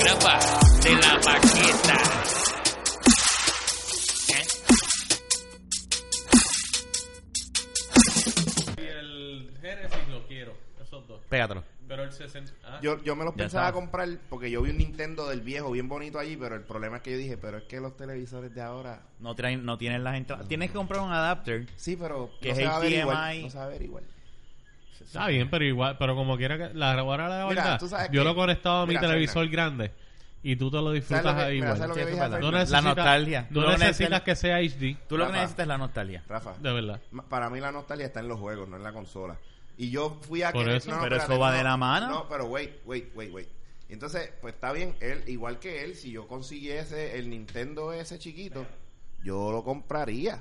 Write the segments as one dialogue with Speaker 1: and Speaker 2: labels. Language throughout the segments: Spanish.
Speaker 1: tapa de la maqueta.
Speaker 2: Y el Genesis lo quiero, esos dos.
Speaker 3: Pégatelo.
Speaker 2: Pero el 60. ah,
Speaker 4: Yo, yo me los
Speaker 3: Ya
Speaker 4: pensaba
Speaker 3: está.
Speaker 4: comprar porque yo vi un Nintendo del viejo bien bonito allí, pero el problema es que yo dije, pero es que los televisores de ahora...
Speaker 3: No, traen, no tienen las entradas. Tienes que comprar un adapter.
Speaker 4: Sí, pero
Speaker 3: Que
Speaker 4: no
Speaker 3: es
Speaker 4: se va a ver igual.
Speaker 3: HDMI.
Speaker 4: No se va a ver igual.
Speaker 5: Está bien, pero igual, pero como quiera que la ahora la
Speaker 4: Mira,
Speaker 5: verdad.
Speaker 4: tú sabes
Speaker 5: yo
Speaker 4: que-
Speaker 5: lo he conectado a mi
Speaker 4: Mira,
Speaker 5: televisor grande y tú te lo
Speaker 4: ¿Sabes
Speaker 5: disfrutas
Speaker 4: lo que-
Speaker 5: ahí
Speaker 4: mira,
Speaker 5: igual.
Speaker 4: ¿sabes lo que
Speaker 3: Sí,
Speaker 4: le
Speaker 3: eso
Speaker 4: dije a
Speaker 3: es verdad.
Speaker 5: No
Speaker 4: Fernan?
Speaker 3: La
Speaker 5: necesitas,
Speaker 3: nostalgia.
Speaker 5: No
Speaker 3: Tú lo
Speaker 5: necesitas
Speaker 3: necesitas-
Speaker 5: que sea HD,
Speaker 3: Tú lo que
Speaker 4: Rafa.
Speaker 3: necesitas es la nostalgia.
Speaker 4: Rafa,
Speaker 5: de verdad.
Speaker 4: ma- para mí la nostalgia está en los juegos, no en la consola. Y yo fui a
Speaker 5: Por
Speaker 4: que-
Speaker 5: eso.
Speaker 4: no, no,
Speaker 3: Pero eso
Speaker 4: espérate,
Speaker 3: va
Speaker 4: no,
Speaker 3: de la mano.
Speaker 4: No, pero wait, wait, wait, wait. Entonces, pues está bien, él, igual que él, si yo consiguiese el Nintendo ese chiquito, yo lo compraría.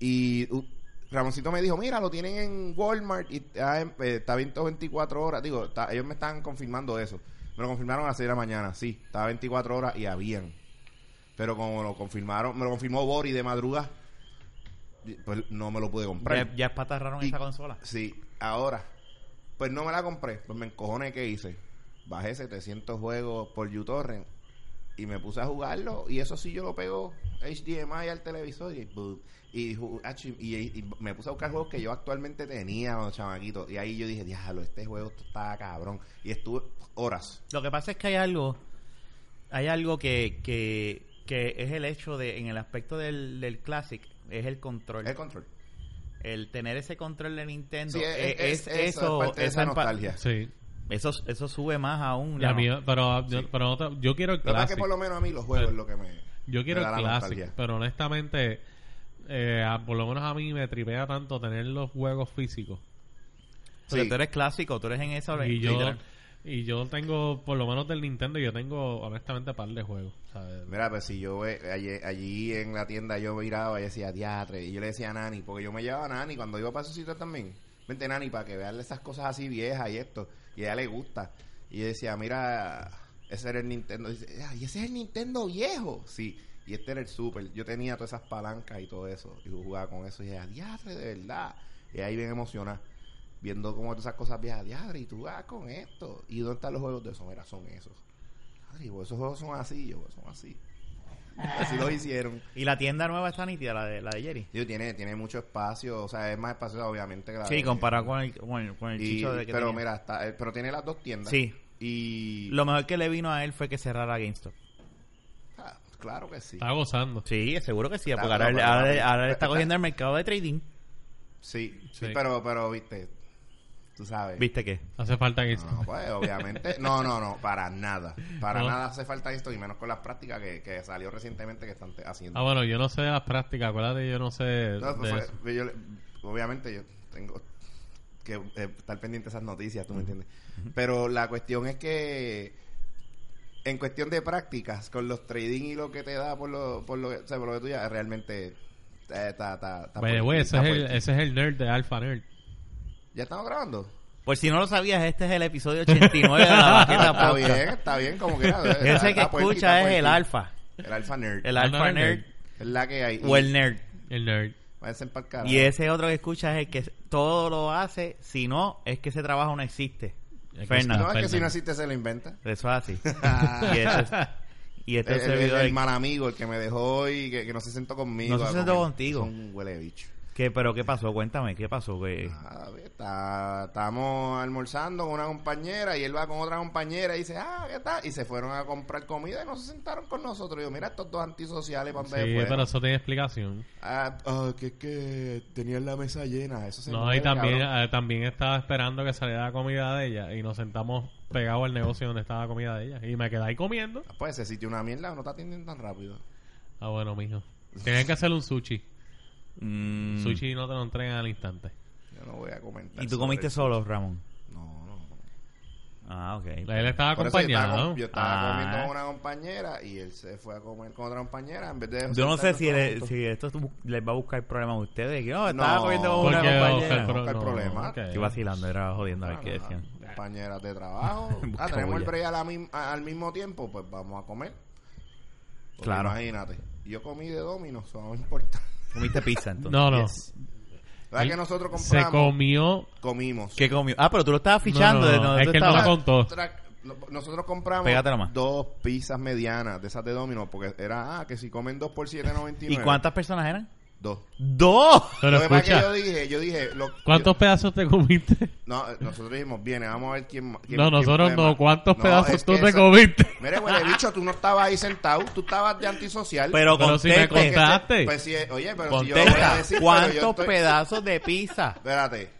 Speaker 4: Y uh, Ramoncito me dijo, mira, lo tienen en Walmart y está, en- eh, está abierto 24 horas. Digo, está- ellos me están confirmando eso. Me lo confirmaron a las 6 de la mañana, sí, estaba 24 horas y habían. Pero como lo confirmaron, me lo confirmó Bori de madrugada, pues no me lo pude comprar.
Speaker 3: Ya, ya espatarraron
Speaker 4: Y-
Speaker 3: esa consola.
Speaker 4: Sí, ahora, pues no me la compré, pues me encojoné que hice. Bajé 700 juegos por uTorrent y me puse a jugarlo y eso sí yo lo pego HDMI al televisor y, bu- y, ju- achi- y- y me puse a buscar juegos que yo actualmente tenía cuando chamaquito y ahí yo dije, diablo, este juego está cabrón y estuve horas.
Speaker 3: Lo que pasa es que hay algo, hay algo que, que, que es el hecho de, en el aspecto del, del Classic, es el control.
Speaker 4: El control.
Speaker 3: El tener ese control de Nintendo,
Speaker 4: Sí, es-
Speaker 3: eh, es,
Speaker 4: es- es- eso
Speaker 3: eso,
Speaker 4: es parte de esa
Speaker 3: esa empa-
Speaker 4: nostalgia.
Speaker 5: Sí.
Speaker 3: eso, eso sube más aún.
Speaker 5: La
Speaker 3: ¿no?
Speaker 5: mía- pero, yo, pero otra- yo quiero el
Speaker 4: Lo que pasa es que
Speaker 5: clásico.
Speaker 4: por lo menos a mí los juegos es lo que me...
Speaker 5: Yo quiero
Speaker 4: me
Speaker 5: el
Speaker 4: da la
Speaker 5: clásico,
Speaker 4: nostalgia.
Speaker 5: pero honestamente, eh, a- por lo menos a mí me tripea tanto tener los juegos físicos.
Speaker 3: Porque
Speaker 4: Sí.
Speaker 3: tú eres clásico, tú eres en esa.
Speaker 5: Y yo,
Speaker 3: literal.
Speaker 5: y yo tengo, por lo menos del Nintendo, yo tengo honestamente par de juegos. ¿sabes?
Speaker 4: Mira, pues si yo eh, allí, allí en la tienda yo miraba y decía diatre y yo le decía a Nani, porque yo me llevaba a Nani cuando iba para esos sitios también. Vente Nani para que vean esas cosas así viejas y esto, y a ella le gusta. Y yo decía, mira, ese era el Nintendo. Y dice, "Ah, y ese es el Nintendo viejo. Sí, y este era el Super. Yo tenía todas esas palancas y todo eso, y yo jugaba con eso y decía, diatre, de verdad. Y ahí bien emocionada, viendo como todas esas cosas viejas, diatre, y tú vas con esto. ¿Y dónde están los juegos de eso? Mira, son esos. Madre, pues, esos juegos son así, yo, pues, son así. Así los hicieron.
Speaker 3: Y la tienda nueva está nítida, la de, la de Jerry.
Speaker 4: Digo, tiene, tiene mucho espacio, o sea, es más espacio obviamente que la
Speaker 3: Sí,
Speaker 4: de-
Speaker 3: comparado con el, con el, con el
Speaker 4: y-
Speaker 3: chicho de que
Speaker 4: Pero
Speaker 3: tenía.
Speaker 4: mira, está, eh, pero tiene las dos tiendas.
Speaker 3: Sí.
Speaker 4: Y...
Speaker 3: Lo mejor que le vino a él fue que cerrara GameStop.
Speaker 4: Ah, claro que sí.
Speaker 5: Estaba gozando.
Speaker 3: Sí, seguro que sí,
Speaker 4: Está
Speaker 3: porque ahora,
Speaker 4: loco,
Speaker 3: él- ahora
Speaker 4: papi.
Speaker 3: él- ahora él está
Speaker 4: Está-
Speaker 3: cogiendo el mercado de trading.
Speaker 4: Sí, sí,
Speaker 5: Sí.
Speaker 4: pero, pero, viste, tú sabes.
Speaker 3: ¿Viste qué?
Speaker 5: Hace falta que...
Speaker 4: No, pues, obviamente. No, no, no, para nada. Para
Speaker 5: No.
Speaker 4: nada hace falta esto, y menos con las prácticas que, que salió recientemente que están te- haciendo.
Speaker 5: Ah, bueno, yo no sé de las prácticas, acuérdate, yo no sé de
Speaker 4: No, pues,
Speaker 5: eso.
Speaker 4: fue- yo le- obviamente yo tengo que eh, estar pendiente de esas noticias, tú me entiendes. Pero la cuestión es que en cuestión de prácticas, con los trading y lo que te da por lo, por lo, que- o sea, por lo que tú ya realmente eh, está... está, está,
Speaker 5: By the
Speaker 4: por-
Speaker 5: way, Pues, ese,
Speaker 4: está
Speaker 5: es
Speaker 4: por-
Speaker 5: el, ese es el nerd de Alpha Nerd.
Speaker 4: ¿Ya estamos grabando?
Speaker 3: Por si no lo sabías, este es el episodio 89 de la Baqueta
Speaker 4: Está
Speaker 3: Podcast.
Speaker 4: bien, está bien, como que nada.
Speaker 3: Ah, Ese que
Speaker 4: Está por ti,
Speaker 3: escucha
Speaker 4: está por
Speaker 3: es el
Speaker 4: ti.
Speaker 3: alfa,
Speaker 4: El alfa nerd.
Speaker 3: el
Speaker 5: Ah, no,
Speaker 3: alfa
Speaker 5: el
Speaker 3: nerd
Speaker 4: es la que hay.
Speaker 3: o el nerd.
Speaker 5: El nerd.
Speaker 4: Váyanse pa'l carajo.
Speaker 3: Y ese otro que escucha es el que todo lo hace, si no, es que ese trabajo no existe.
Speaker 5: Es que
Speaker 3: Fernan,
Speaker 4: No, es que si
Speaker 5: Fernan.
Speaker 4: no existe se lo inventa.
Speaker 3: eso es así. y, eso es- y este
Speaker 4: el, el-
Speaker 3: servidor
Speaker 4: el
Speaker 3: es-
Speaker 4: mal amigo, el que me dejó y que, que no se sentó conmigo.
Speaker 3: No se
Speaker 4: a
Speaker 3: sentó
Speaker 4: comer.
Speaker 3: contigo.
Speaker 4: Es un huele bicho.
Speaker 3: ¿Qué, pero qué pasó? Cuéntame, ¿qué pasó? ¿Qué-
Speaker 4: A ver, está- estábamos almorzando con una compañera y él va con otra compañera y dice, ah, ¿qué tal? Y se fueron a comprar comida y no se sentaron con nosotros. Y yo, mira estos dos antisociales para
Speaker 5: Sí, pero eso tiene explicación.
Speaker 4: Ah, ah, que es que tenían la mesa llena. Eso se
Speaker 5: No,
Speaker 4: mueve,
Speaker 5: y también,
Speaker 4: cabrón.
Speaker 5: eh, también estaba esperando que saliera la comida de ella y nos sentamos pegados al negocio donde estaba la comida de ella. Y me quedé ahí comiendo.
Speaker 4: Ah, Pues ese sitio es una mierda, no te atienden tan rápido.
Speaker 5: Ah, bueno, mijo. Tenían que hacer un sushi.
Speaker 3: Mm,
Speaker 5: Sushi no te lo entregan al instante.
Speaker 4: Yo no voy a comentar.
Speaker 3: ¿Y tú
Speaker 4: sobre
Speaker 3: comiste
Speaker 4: eso.
Speaker 3: solo, Ramón?
Speaker 4: No, no.
Speaker 3: Ah, ok.
Speaker 5: Él estaba
Speaker 4: Por eso yo estaba
Speaker 5: acompañado.
Speaker 4: com- Yo estaba,
Speaker 3: Ah.
Speaker 4: comiendo con una compañera y él se fue a comer con otra compañera en vez de.
Speaker 3: Yo no sé
Speaker 4: sentarnos
Speaker 3: si,
Speaker 4: todos
Speaker 3: le-
Speaker 4: juntos.
Speaker 3: si esto tu- les va a buscar problemas a ustedes. Que, no, estaba
Speaker 4: No,
Speaker 3: comiendo con
Speaker 5: Porque,
Speaker 3: una compañera.
Speaker 5: o sea, pero
Speaker 4: Busca el
Speaker 5: no,
Speaker 4: problema.
Speaker 5: ok.
Speaker 3: Estoy vacilando, era jodiendo a ver
Speaker 4: Ah,
Speaker 3: qué
Speaker 4: no,
Speaker 3: decían.
Speaker 4: no, Compañeras de trabajo.
Speaker 3: Busca
Speaker 4: ah, tenemos el
Speaker 3: olla.
Speaker 4: break a la mim- a- al mismo tiempo, pues vamos a comer. Porque
Speaker 3: Claro.
Speaker 4: Imagínate. Yo comí de Domino's, eso no me importa.
Speaker 3: ¿Comiste pizza entonces?
Speaker 5: No, no.
Speaker 3: Yes.
Speaker 4: ¿Verdad
Speaker 5: Él
Speaker 4: que nosotros compramos?
Speaker 5: Se comió.
Speaker 4: Comimos.
Speaker 3: ¿Qué comió? Ah, pero tú lo estabas
Speaker 5: No, no,
Speaker 3: fichando.
Speaker 5: no,
Speaker 3: de donde
Speaker 5: Es
Speaker 3: tú
Speaker 5: que él no lo
Speaker 3: estabas.
Speaker 5: contó.
Speaker 4: Tra- no- nosotros compramos
Speaker 3: Pégatelo más.
Speaker 4: dos pizzas medianas de esas de Domino porque era, ah, que si comen dos por 7.99.
Speaker 3: ¿Y cuántas personas eran?
Speaker 4: Dos.
Speaker 3: ¡Dos!
Speaker 5: Pero
Speaker 4: lo que pasa es que
Speaker 5: escucha,
Speaker 4: yo dije, yo dije... lo-
Speaker 5: ¿cuántos pedazos te comiste?
Speaker 4: yo- no, eh, nosotros dijimos, viene, vamos a ver quién más. quién-
Speaker 5: No,
Speaker 4: quién
Speaker 5: nosotros
Speaker 4: puede
Speaker 5: no.
Speaker 4: más".
Speaker 5: ¿Cuántos
Speaker 4: No,
Speaker 5: pedazos
Speaker 4: es
Speaker 5: tú
Speaker 4: que
Speaker 5: te
Speaker 4: eso-
Speaker 5: comiste?
Speaker 4: Mire, huele bicho, tú no estabas ahí sentado, tú estabas de antisocial.
Speaker 3: Pero,
Speaker 5: Pero si me
Speaker 3: conteste,
Speaker 4: Porque este-
Speaker 5: contaste.
Speaker 4: pues sí, eh, oye, pero si yo voy a
Speaker 3: contesta,
Speaker 4: decir, pero yo
Speaker 3: ¿cuántos
Speaker 4: estoy-
Speaker 3: pedazos de pizza?
Speaker 4: Espérate.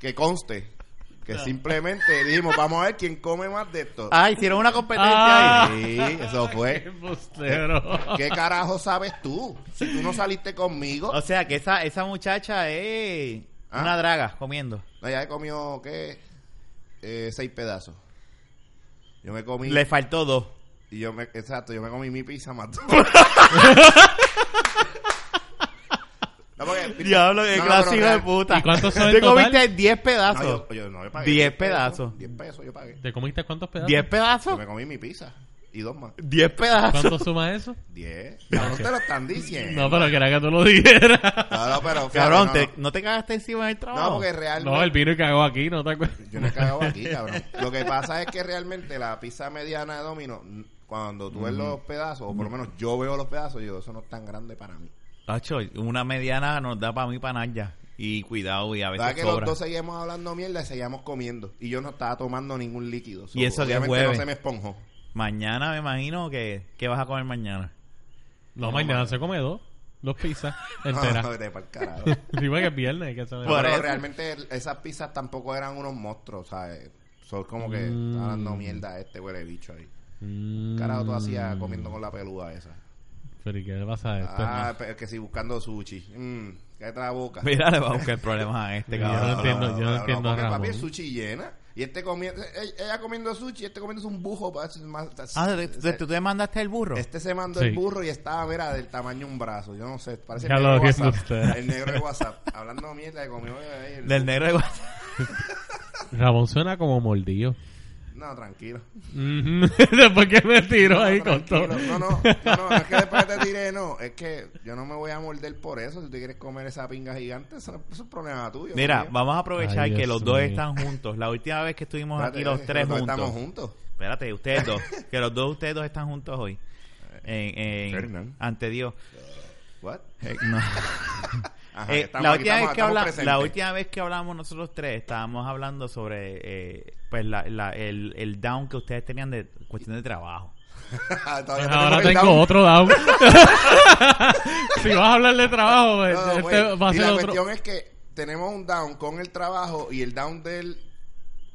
Speaker 4: Que conste que simplemente dijimos, vamos a ver quién come más de esto.
Speaker 3: Ah, hicieron una competencia
Speaker 5: Ah.
Speaker 3: ahí.
Speaker 4: Sí, eso
Speaker 5: Qué
Speaker 4: fue.
Speaker 5: embustero.
Speaker 4: ¿Qué carajo sabes tú? Si tú no saliste conmigo.
Speaker 3: O sea, que esa, esa muchacha es
Speaker 4: Ah.
Speaker 3: una draga comiendo.
Speaker 4: No, ya he comido, ¿qué? Eh, seis pedazos. Yo me comí.
Speaker 3: Le faltó dos.
Speaker 4: Y yo me, exacto, yo me comí mi pizza más. dos. No, porque-
Speaker 3: Diablo, qué
Speaker 4: No, no,
Speaker 3: clase
Speaker 4: pero
Speaker 3: hijo de
Speaker 4: real.
Speaker 3: puta.
Speaker 5: ¿Y cuántos son en
Speaker 3: Te
Speaker 5: total?
Speaker 3: comiste 10
Speaker 4: No,
Speaker 3: pedazos.
Speaker 4: yo, yo no, yo pagué.
Speaker 3: Diez
Speaker 4: 10
Speaker 3: pedazos.
Speaker 4: 10 pesos yo pagué.
Speaker 5: ¿Te comiste cuántos pedazos?
Speaker 3: 10
Speaker 4: Yo
Speaker 3: pedazos.
Speaker 4: me comí mi pizza. Y dos más.
Speaker 3: 10 pedazos.
Speaker 5: ¿Cuánto suma eso?
Speaker 4: 10. Cabrón, te lo están diciendo.
Speaker 5: No, pero que era que tú lo dijeras.
Speaker 4: No, no, pero. fíjate,
Speaker 3: Cabrón,
Speaker 4: no,
Speaker 3: te-
Speaker 4: no.
Speaker 3: no te cagaste encima del trabajo.
Speaker 4: No, porque realmente.
Speaker 5: No, el vino y cagó aquí, no te acuerdas.
Speaker 4: Yo no he cagado aquí, cabrón. Lo que pasa es que realmente la pizza mediana de Domino, n- cuando tú ves los pedazos, o por lo menos yo veo los pedazos, yo digo, eso no es tan grande para mí.
Speaker 3: Tacho, una mediana nos da para mí para Naya. Y cuidado, y a veces
Speaker 4: ¿Sabes que
Speaker 3: sobra.
Speaker 4: los dos seguíamos hablando mierda y seguíamos comiendo? Y yo no estaba tomando ningún líquido. so,
Speaker 3: Y eso que es
Speaker 4: obviamente
Speaker 3: jueves.
Speaker 4: no se me esponjó.
Speaker 3: Mañana me imagino que, que vas a comer mañana.
Speaker 5: No, mañana se come dos. Dos pizzas enteras.
Speaker 4: No, vete pa'l carajo.
Speaker 5: Sí, porque es viernes. Que se me-
Speaker 3: Por
Speaker 4: Pero
Speaker 3: eso.
Speaker 4: realmente el- esas pizzas tampoco eran unos monstruos, ¿sabes? Son como que está hablando mierda este huele bicho ahí.
Speaker 5: Mm,
Speaker 4: Carajo, tú hacías comiendo con la peluda esa.
Speaker 5: Pero ¿y qué le pasa a este?
Speaker 4: Ah, pero es que sí, buscando sushi. Mmm, cállate la boca.
Speaker 3: Mira, le va a buscar problemas a este
Speaker 5: Yo no
Speaker 3: cabrón.
Speaker 5: entiendo, yo no entiendo a
Speaker 4: porque
Speaker 5: Ramón.
Speaker 4: papi es sushi llena. Y este comiendo, eh, ella comiendo sushi, este comiendo un bujo. pa- es más-
Speaker 3: Ah, ¿tú- tú,
Speaker 4: este-
Speaker 3: tú te mandaste el burro.
Speaker 4: este se mandó
Speaker 5: Sí.
Speaker 4: el burro y estaba, mira, del tamaño de un brazo. Yo no sé, parece el
Speaker 5: Ya
Speaker 4: negro,
Speaker 5: lo
Speaker 4: de
Speaker 5: que es
Speaker 4: WhatsApp,
Speaker 5: usted.
Speaker 4: el negro de WhatsApp. Hablando mierda que comió. eh, el-
Speaker 3: Del negro de WhatsApp.
Speaker 5: Ramón suena como mordido.
Speaker 4: No, tranquilo.
Speaker 5: Ujú. Después que me tiró
Speaker 4: No,
Speaker 5: ahí con
Speaker 4: tranquilo.
Speaker 5: todo.
Speaker 4: No, no, no, no, es que después te diré, no, es que yo no me voy a morder por eso. Si tú quieres comer esa pinga gigante, eso, eso es problema tuyo.
Speaker 3: Mira,
Speaker 4: no mío.
Speaker 3: vamos a aprovechar
Speaker 5: Ay,
Speaker 3: que
Speaker 5: Dios
Speaker 3: los dos
Speaker 5: mío.
Speaker 3: están juntos. La última vez que estuvimos
Speaker 4: Espérate,
Speaker 3: aquí los
Speaker 4: eh,
Speaker 3: tres
Speaker 4: nosotros
Speaker 3: juntos.
Speaker 4: Estamos juntos.
Speaker 3: Espérate, ustedes dos. que los dos, ustedes dos están juntos hoy. En- en-
Speaker 4: Fernan.
Speaker 3: ante Dios.
Speaker 4: What?
Speaker 3: Eh, no.
Speaker 4: Ajá,
Speaker 3: Eh,
Speaker 4: estamos
Speaker 3: la,
Speaker 4: aquí,
Speaker 3: última
Speaker 4: estamos-
Speaker 3: vez que
Speaker 4: estamos
Speaker 3: habla-
Speaker 4: presentes.
Speaker 3: la última vez que hablamos nosotros tres, estábamos hablando sobre eh, pues la- la- el, el down que ustedes tenían de cuestión de trabajo.
Speaker 4: Todavía
Speaker 5: Pues
Speaker 4: tenemos
Speaker 5: ahora
Speaker 4: el
Speaker 5: tengo
Speaker 4: down.
Speaker 5: otro down. si vas a hablar de trabajo,
Speaker 4: No, no,
Speaker 5: este
Speaker 4: güey.
Speaker 5: va a
Speaker 4: Y
Speaker 5: ser
Speaker 4: la
Speaker 5: otro.
Speaker 4: cuestión es que tenemos un down con el trabajo y el down de él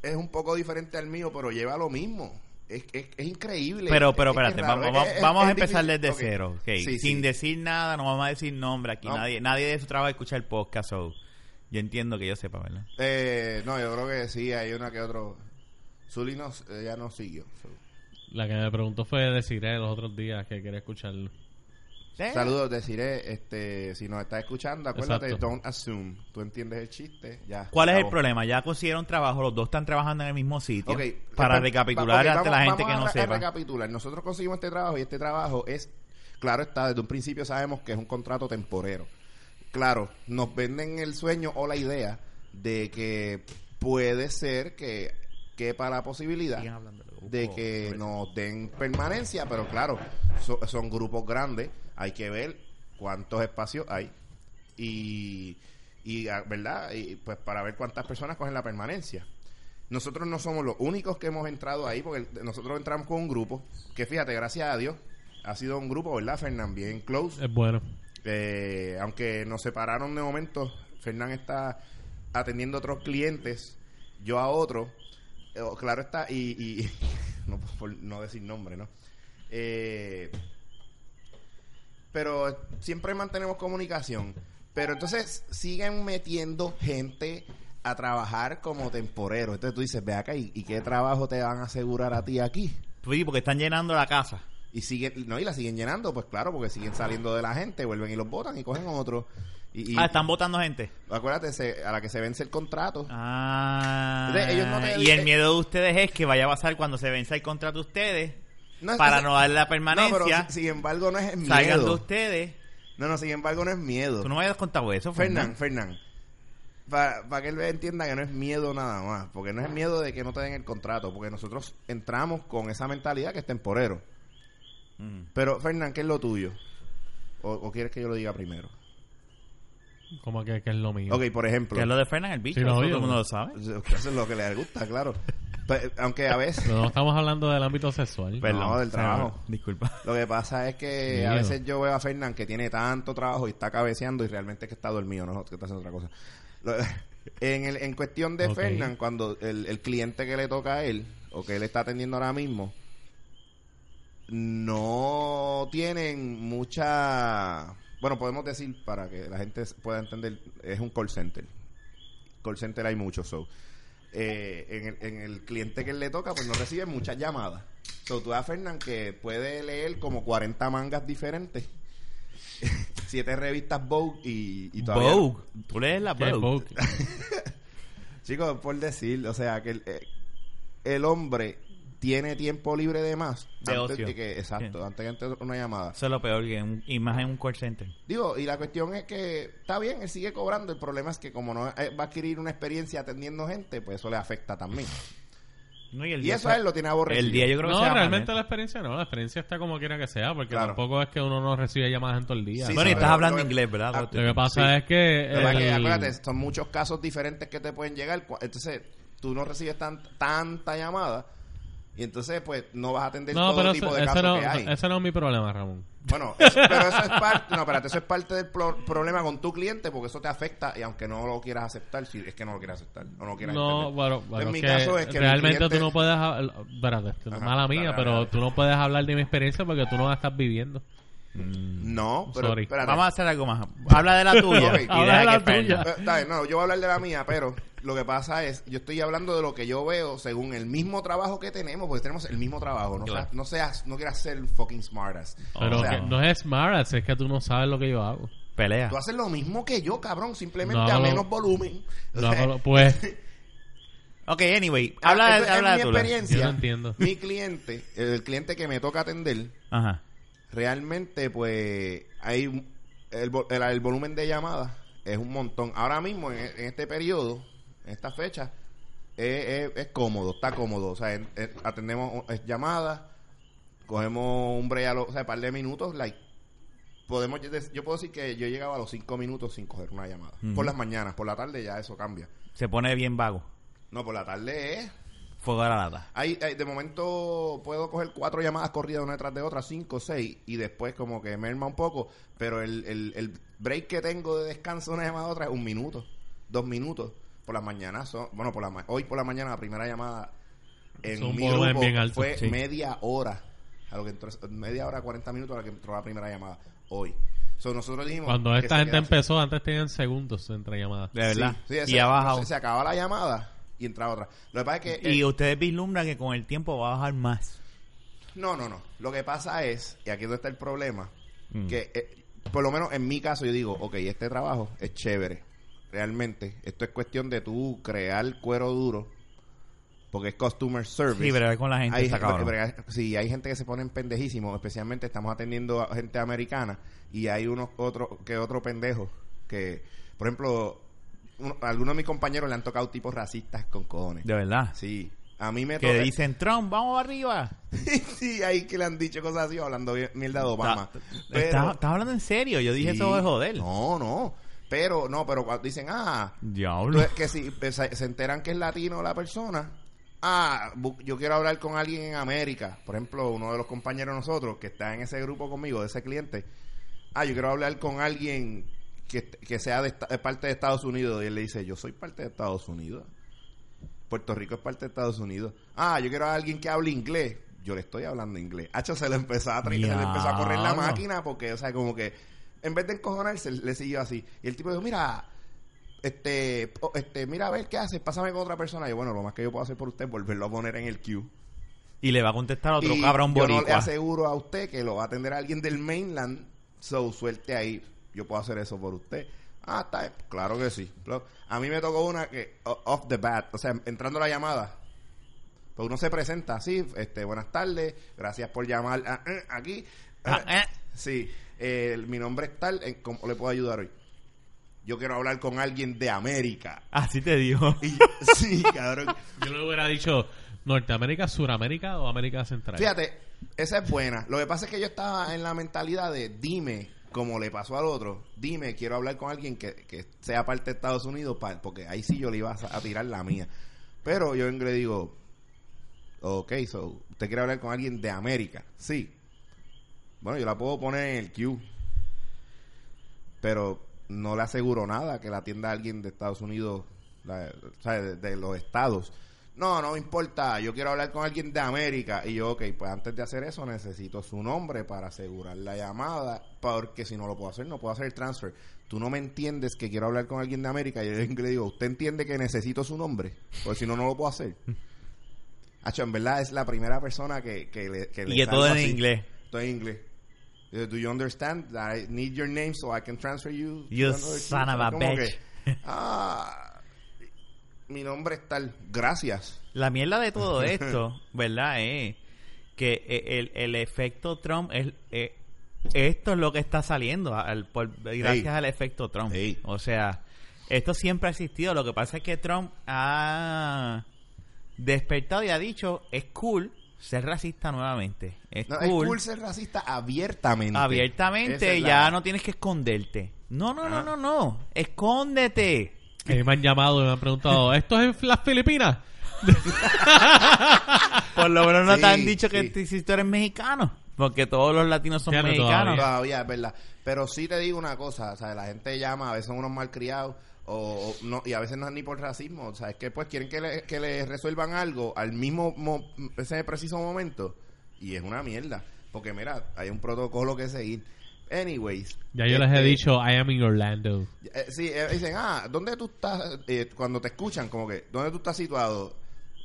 Speaker 4: es un poco diferente al mío, pero lleva lo mismo. Es, es, es increíble.
Speaker 3: Pero,
Speaker 4: Es-
Speaker 3: pero
Speaker 4: es que es
Speaker 3: espérate,
Speaker 4: raro.
Speaker 3: vamos,
Speaker 4: Es- es-
Speaker 3: vamos a
Speaker 4: es
Speaker 3: empezar
Speaker 4: difícil.
Speaker 3: desde
Speaker 4: Ok.
Speaker 3: cero, ok.
Speaker 4: Sí,
Speaker 3: sin
Speaker 4: sí.
Speaker 3: decir nada, no vamos a decir nombre aquí,
Speaker 4: No.
Speaker 3: nadie, nadie de su trabajo escucha el podcast, so, yo entiendo que yo sepa, ¿verdad?
Speaker 4: Eh, no, yo creo que sí, hay una que otro. Zully nos, eh, ya nos siguió. So.
Speaker 5: La que me preguntó fue decir eh, los otros días que quería escucharlo.
Speaker 3: Eh,
Speaker 4: Saludos, deciré, este, si nos está escuchando, acuérdate,
Speaker 5: Exacto.
Speaker 4: don't assume. Tú entiendes el chiste, ya.
Speaker 3: ¿Cuál es el
Speaker 4: acabó.
Speaker 3: problema? Ya consiguieron trabajo, los dos están trabajando en el mismo sitio.
Speaker 4: Ok,
Speaker 3: Para
Speaker 4: pues, va-
Speaker 3: recapitular
Speaker 4: ok,
Speaker 3: hasta
Speaker 4: vamos-
Speaker 3: la gente
Speaker 4: vamos
Speaker 3: que
Speaker 4: a
Speaker 3: no
Speaker 4: re- a
Speaker 3: sepa.
Speaker 4: recapitular. Nosotros conseguimos este trabajo y este trabajo es, claro está, desde un principio sabemos que es un contrato temporero. Claro, nos venden el sueño o la idea de que puede ser que quepa la posibilidad
Speaker 3: Sigan hablando, lo busco.
Speaker 4: de que nos den permanencia, pero claro, so- son grupos grandes, hay que ver cuántos espacios hay y, y ah, ¿verdad? Y, pues para ver cuántas personas cogen la permanencia. Nosotros no somos los únicos que hemos entrado ahí, porque el- nosotros entramos con un grupo que, fíjate, gracias a Dios, ha sido un grupo, ¿verdad, Fernán? Bien close.
Speaker 5: Es bueno.
Speaker 4: Eh, aunque nos separaron de momento, Fernán está atendiendo a otros clientes, yo a otro. Eh, oh, claro está, y, y- no, por no decir nombre, ¿no? Eh, pero siempre mantenemos comunicación. Pero entonces siguen metiendo gente a trabajar como temporero. Entonces tú dices, ve acá, ¿y, y qué trabajo te van a asegurar a ti aquí?
Speaker 3: Sí, porque están llenando la casa.
Speaker 4: Y siguen, no, y la siguen llenando, pues claro, porque siguen saliendo de la gente, vuelven y los botan y cogen otro. Y, y-
Speaker 3: Ah, están votando gente.
Speaker 4: acuérdate, se- a la que se vence el contrato.
Speaker 3: Ah,
Speaker 4: Entonces, ellos no te
Speaker 3: y el
Speaker 4: dicen-
Speaker 3: miedo de ustedes es que vaya a pasar cuando se venza el contrato de ustedes
Speaker 4: No, es-
Speaker 3: para
Speaker 4: es-
Speaker 3: no darle la
Speaker 4: no, pero
Speaker 3: permanencia.
Speaker 4: si- sin embargo no es
Speaker 3: salgan de
Speaker 4: miedo.
Speaker 3: ustedes.
Speaker 4: No, no, sin embargo no es miedo.
Speaker 3: Tú no me habías contado eso,
Speaker 4: Fernán,
Speaker 3: Fernando.
Speaker 4: Fernán. para que él entienda que no es miedo nada más, porque no es miedo de que no te den el contrato, porque nosotros entramos con esa mentalidad que es temporero.
Speaker 3: Mm.
Speaker 4: Pero, Fernán, ¿qué es lo tuyo? ¿O, o quieres que yo lo diga primero?
Speaker 5: Como que, que es lo mío.
Speaker 4: Ok, por ejemplo,
Speaker 3: Que es lo de Fernan el bicho,
Speaker 5: Sí, lo
Speaker 3: eso
Speaker 5: oigo.
Speaker 3: todo el mundo lo sabe.
Speaker 4: eso es lo que le gusta, claro. Pe- aunque a veces,
Speaker 5: Pero no estamos hablando del ámbito sexual.
Speaker 4: Perdón, del
Speaker 3: o sea,
Speaker 4: trabajo.
Speaker 3: Disculpa.
Speaker 4: Lo que pasa es que a
Speaker 5: Miedo.
Speaker 4: veces yo veo a Fernán que tiene tanto trabajo y está cabeceando y realmente es que está dormido, no que está haciendo otra cosa. Lo- en, el- en cuestión de
Speaker 5: Ok.
Speaker 4: Fernán, cuando el, el cliente que le toca a él o que él está atendiendo ahora mismo, no tienen mucha... Bueno, podemos decir, para que la gente pueda entender, es un call center. Call center hay muchos, so eh, en, el, en el cliente que le toca, pues no recibe muchas llamadas. So, tú a Fernán que puede leer como 40 mangas diferentes, siete revistas Vogue y, y todavía...
Speaker 3: Vogue. Tú lees la
Speaker 5: Que
Speaker 4: pues,
Speaker 5: es
Speaker 3: Vogue.
Speaker 5: Vogue.
Speaker 4: Chicos, por decir, o sea, que el, eh, el hombre tiene tiempo libre de más.
Speaker 3: De
Speaker 4: antes
Speaker 3: ocio.
Speaker 4: de que, exacto,
Speaker 3: Sí.
Speaker 4: antes que entre una llamada.
Speaker 3: Eso es lo peor, que en- y más en un call center.
Speaker 4: Digo, y la cuestión es que está bien, él sigue cobrando. El problema es que como no eh, va a adquirir una experiencia atendiendo gente, pues eso le afecta también.
Speaker 3: No, y el
Speaker 4: Y
Speaker 3: día
Speaker 4: eso a él lo tiene aborrecido.
Speaker 3: El día yo creo que se
Speaker 5: No,
Speaker 3: va ¿eh? a
Speaker 5: realmente
Speaker 3: poner.
Speaker 5: la experiencia no. La experiencia está como quiera que sea, porque
Speaker 4: Claro.
Speaker 5: tampoco es que uno no recibe llamadas en todo el día.
Speaker 4: Sí,
Speaker 3: Bueno, y
Speaker 4: sí,
Speaker 3: estás
Speaker 4: pero-
Speaker 3: hablando
Speaker 4: pero-
Speaker 3: inglés, ¿verdad?
Speaker 4: Ah,
Speaker 5: Lo que pasa es que...
Speaker 4: Lo que pasa es que,
Speaker 5: el-
Speaker 4: acuérdate, son muchos casos diferentes que te pueden llegar. cua- Entonces, tú no recibes tan- tanta llamada. Y entonces, pues, no vas a atender
Speaker 5: No,
Speaker 4: todo
Speaker 5: pero
Speaker 4: tipo
Speaker 5: eso-
Speaker 4: de
Speaker 5: ese
Speaker 4: casos
Speaker 5: no,
Speaker 4: que hay.
Speaker 5: ese no es mi problema, Ramón.
Speaker 4: Bueno, eso- pero eso es parte... No, espérate, eso es parte del pro- problema con tu cliente porque eso te afecta y aunque no lo quieras aceptar, si es que no lo quieres aceptar o no quieras
Speaker 5: No,
Speaker 4: entender.
Speaker 5: bueno, bueno,
Speaker 4: Pues en mi
Speaker 5: que
Speaker 4: caso es que mi
Speaker 5: realmente
Speaker 4: cliente-
Speaker 5: tú no puedes... hab- Espérate, esto es
Speaker 4: Ajá,
Speaker 5: mala mía,
Speaker 4: dale,
Speaker 5: pero
Speaker 4: dale, dale.
Speaker 5: tú no puedes hablar de mi experiencia porque tú no la estás viviendo.
Speaker 4: No, pero
Speaker 5: Sorry.
Speaker 4: espérate.
Speaker 3: Vamos a hacer algo más. Habla de la tuya.
Speaker 4: Ok.
Speaker 3: y
Speaker 5: Habla de
Speaker 3: deja que
Speaker 5: la tuya.
Speaker 3: Fernan-
Speaker 4: Pero, está bien, no, yo voy a hablar de la mía, pero lo que pasa es, yo estoy hablando de lo que yo veo según el mismo trabajo que tenemos, porque tenemos el mismo trabajo. No,
Speaker 3: Claro.
Speaker 4: seas, no seas, no quieras ser fucking smartass.
Speaker 5: Pero
Speaker 4: o sea,
Speaker 5: que no es smart, ass, es que tú no sabes lo que yo hago.
Speaker 3: Pelea.
Speaker 4: tú haces lo mismo que yo, cabrón, simplemente
Speaker 5: No,
Speaker 4: a
Speaker 5: no.
Speaker 4: menos volumen. O
Speaker 5: No
Speaker 4: sea,
Speaker 5: hago lo- pues,
Speaker 3: Ok, anyway.
Speaker 4: ah,
Speaker 3: Habla,
Speaker 4: esto es
Speaker 3: habla
Speaker 4: mi
Speaker 3: de tu
Speaker 4: experiencia.
Speaker 5: Yo no entiendo.
Speaker 4: Mi cliente, el cliente que me toca atender,
Speaker 3: Ajá.
Speaker 4: realmente pues hay un- el, vo- el, el volumen de llamadas es un montón. Ahora mismo en, en este periodo, en esta fecha, es, es- es cómodo, está cómodo. O sea, en- en- atendemos eh, llamadas, cogemos un break a los, o sea, par de minutos, like podemos des- yo puedo decir que yo llegaba a los cinco minutos sin coger una llamada.
Speaker 3: Ujú.
Speaker 4: Por las mañanas, por la tarde ya eso cambia.
Speaker 3: Se pone bien vago.
Speaker 4: No, por la tarde es
Speaker 3: Fuego a la lata.
Speaker 4: hay, hay- de momento puedo coger cuatro llamadas corridas una tras de otra, cinco, seis, y después como que merma un poco, pero el, el, el break que tengo de descanso una llamada a otra es un minuto, dos minutos. Por las mañanas, son- bueno, por la, ma- hoy por la mañana la primera llamada en
Speaker 5: Es un
Speaker 4: mi
Speaker 5: volumen
Speaker 4: grupo
Speaker 5: bien alto,
Speaker 4: fue
Speaker 5: sí.
Speaker 4: media hora, a lo que entró, media hora, 40 minutos a la que entró la primera llamada hoy. So, nosotros dijimos
Speaker 5: Cuando
Speaker 4: que
Speaker 5: esta
Speaker 4: se
Speaker 5: gente
Speaker 4: queda así.
Speaker 5: empezó, antes tenían segundos entre llamadas.
Speaker 3: De verdad.
Speaker 4: Sí, sí,
Speaker 3: y
Speaker 4: ese-
Speaker 3: ha bajado.
Speaker 4: Se, se acaba la llamada y entra otra. Lo que pasa es que...
Speaker 3: y
Speaker 4: eh,
Speaker 3: ustedes vislumbran que con el tiempo va a bajar más.
Speaker 4: No, no, no. Lo que pasa es, y aquí es donde está el problema,
Speaker 3: Mm.
Speaker 4: que eh, por lo menos en mi caso yo digo, ok, este trabajo es chévere, realmente. Esto es cuestión de tú crear cuero duro, porque es customer service.
Speaker 3: Sí, bregar con la gente
Speaker 4: Hay
Speaker 3: está
Speaker 4: gente-
Speaker 3: cabrón.
Speaker 4: bregar- sí, hay gente que se ponen pendejísimos, especialmente estamos atendiendo a gente americana y hay unos otros que otro pendejo que, por ejemplo, uno- a algunos de mis compañeros le han tocado tipos racistas con cojones.
Speaker 3: De verdad.
Speaker 4: Sí, a mí me
Speaker 3: que
Speaker 4: toca-
Speaker 3: dicen, Trump, vamos arriba.
Speaker 4: sí, ahí que le han dicho cosas así, hablando bien- mierda de Obama.
Speaker 3: Está-
Speaker 4: Pero-
Speaker 3: Estás estás hablando en serio. Yo dije
Speaker 4: Sí.
Speaker 3: eso de joder.
Speaker 4: No, no. Pero, no, pero cuando dicen, ah,
Speaker 3: Diablo.
Speaker 4: que si se se enteran que es latino la persona, ah, bu- yo quiero hablar con alguien en América. Por ejemplo, uno de los compañeros de nosotros que está en ese grupo conmigo, de ese cliente, ah, yo quiero hablar con alguien que, que sea de, esta- de parte de Estados Unidos. Y él le dice, yo soy parte de Estados Unidos. Puerto Rico es parte de Estados Unidos. Ah, yo quiero a alguien que hable inglés. Yo le estoy hablando inglés. Hacho se le empezó a, tri- se le empezó a correr la
Speaker 3: Diablo.
Speaker 4: máquina porque, o sea, como que en vez de encojonarse, le siguió así. Y el tipo dijo, mira, este, po- este, mira a ver qué haces, pásame con otra persona. Y yo, bueno, lo más que yo puedo hacer por usted es volverlo a poner en el queue.
Speaker 3: Y le va a contestar otro
Speaker 4: Y
Speaker 3: cabrón
Speaker 4: yo no le
Speaker 3: boricua.
Speaker 4: aseguro a usted que lo va a atender alguien del mainland, so suelte ahí. Yo puedo hacer eso por usted. Ah, está, bien. claro que sí. Lo- A mí me tocó una que, o- off the bat, o sea, entrando la llamada, pues uno se presenta así, este, buenas tardes, gracias por llamar ah, eh, aquí.
Speaker 3: Ah, eh.
Speaker 4: Sí, eh, mi nombre es tal, eh, ¿cómo le puedo ayudar hoy? yo quiero hablar con alguien de América.
Speaker 3: Así te digo.
Speaker 4: Y, sí, cabrón.
Speaker 5: Yo le hubiera dicho Norteamérica, Suramérica o América Central.
Speaker 4: Fíjate, esa es buena. Lo que pasa es que yo estaba en la mentalidad de dime, como le pasó al otro, dime, quiero hablar con alguien que, que sea parte de Estados Unidos, pa- porque ahí sí yo le iba a, a tirar la mía. Pero yo vengo y le digo, ok, so, usted quiere hablar con alguien de América. Sí. Bueno, yo la puedo poner en el queue. Pero no le aseguro nada que la atienda alguien de Estados Unidos, la- o sea, de, de los estados. No, no me importa, yo quiero hablar con alguien de América. Y yo, ok, pues antes de hacer eso necesito su nombre para asegurar la llamada, porque si no lo puedo hacer, no puedo hacer el transfer. Tú no me entiendes que quiero hablar con alguien de América. Yo le digo, ¿usted entiende que necesito su nombre? Porque si no, no lo puedo hacer. Hacho, en verdad es la primera persona que, que le, que le
Speaker 3: Y que
Speaker 4: salgo
Speaker 3: todo en
Speaker 4: así.
Speaker 3: inglés.
Speaker 4: Todo en inglés. Eh, Do you understand? that I need your name so I can transfer you. to
Speaker 3: You
Speaker 4: another
Speaker 3: son
Speaker 4: team?
Speaker 3: of a
Speaker 4: Como
Speaker 3: bitch.
Speaker 4: que, ah, mi nombre es tal. Gracias.
Speaker 3: La mierda de todo esto, ¿verdad? Es que eh, el, el efecto Trump es... eh, esto es lo que está saliendo al- por- gracias
Speaker 4: Ey.
Speaker 3: al efecto Trump.
Speaker 4: Ey.
Speaker 3: O sea, esto siempre ha existido. Lo que pasa es que Trump ha despertado y ha dicho, es cool ser racista nuevamente. Es
Speaker 4: No,
Speaker 3: cool.
Speaker 4: Es cool ser racista abiertamente. Esa
Speaker 3: Abiertamente,
Speaker 4: es la-
Speaker 3: ya no tienes que esconderte. No, no, no,
Speaker 4: Ah.
Speaker 3: no, no. Escóndete.
Speaker 5: A mí me han llamado y me han preguntado, ¿esto es en las Filipinas?
Speaker 3: Por lo menos no
Speaker 4: Sí,
Speaker 3: te han dicho que
Speaker 4: sí.
Speaker 3: t- si tú eres mexicano. Porque todos los latinos son
Speaker 5: Fíjate,
Speaker 3: mexicanos.
Speaker 4: Todavía es verdad. Pero sí te digo una cosa, o sea, la gente llama, a veces son unos malcriados, o, o no, y a veces no es ni por racismo, o sea, es que pues quieren que le, que le resuelvan algo al mismo, mo- ese preciso momento, y es una mierda, porque mira, hay un protocolo que seguir. Anyways.
Speaker 5: Ya yo les he
Speaker 4: este,
Speaker 5: dicho, I am in Orlando.
Speaker 4: eh, sí, eh, dicen, ah, ¿dónde tú estás? Eh, cuando te escuchan, como que, ¿dónde tú estás situado?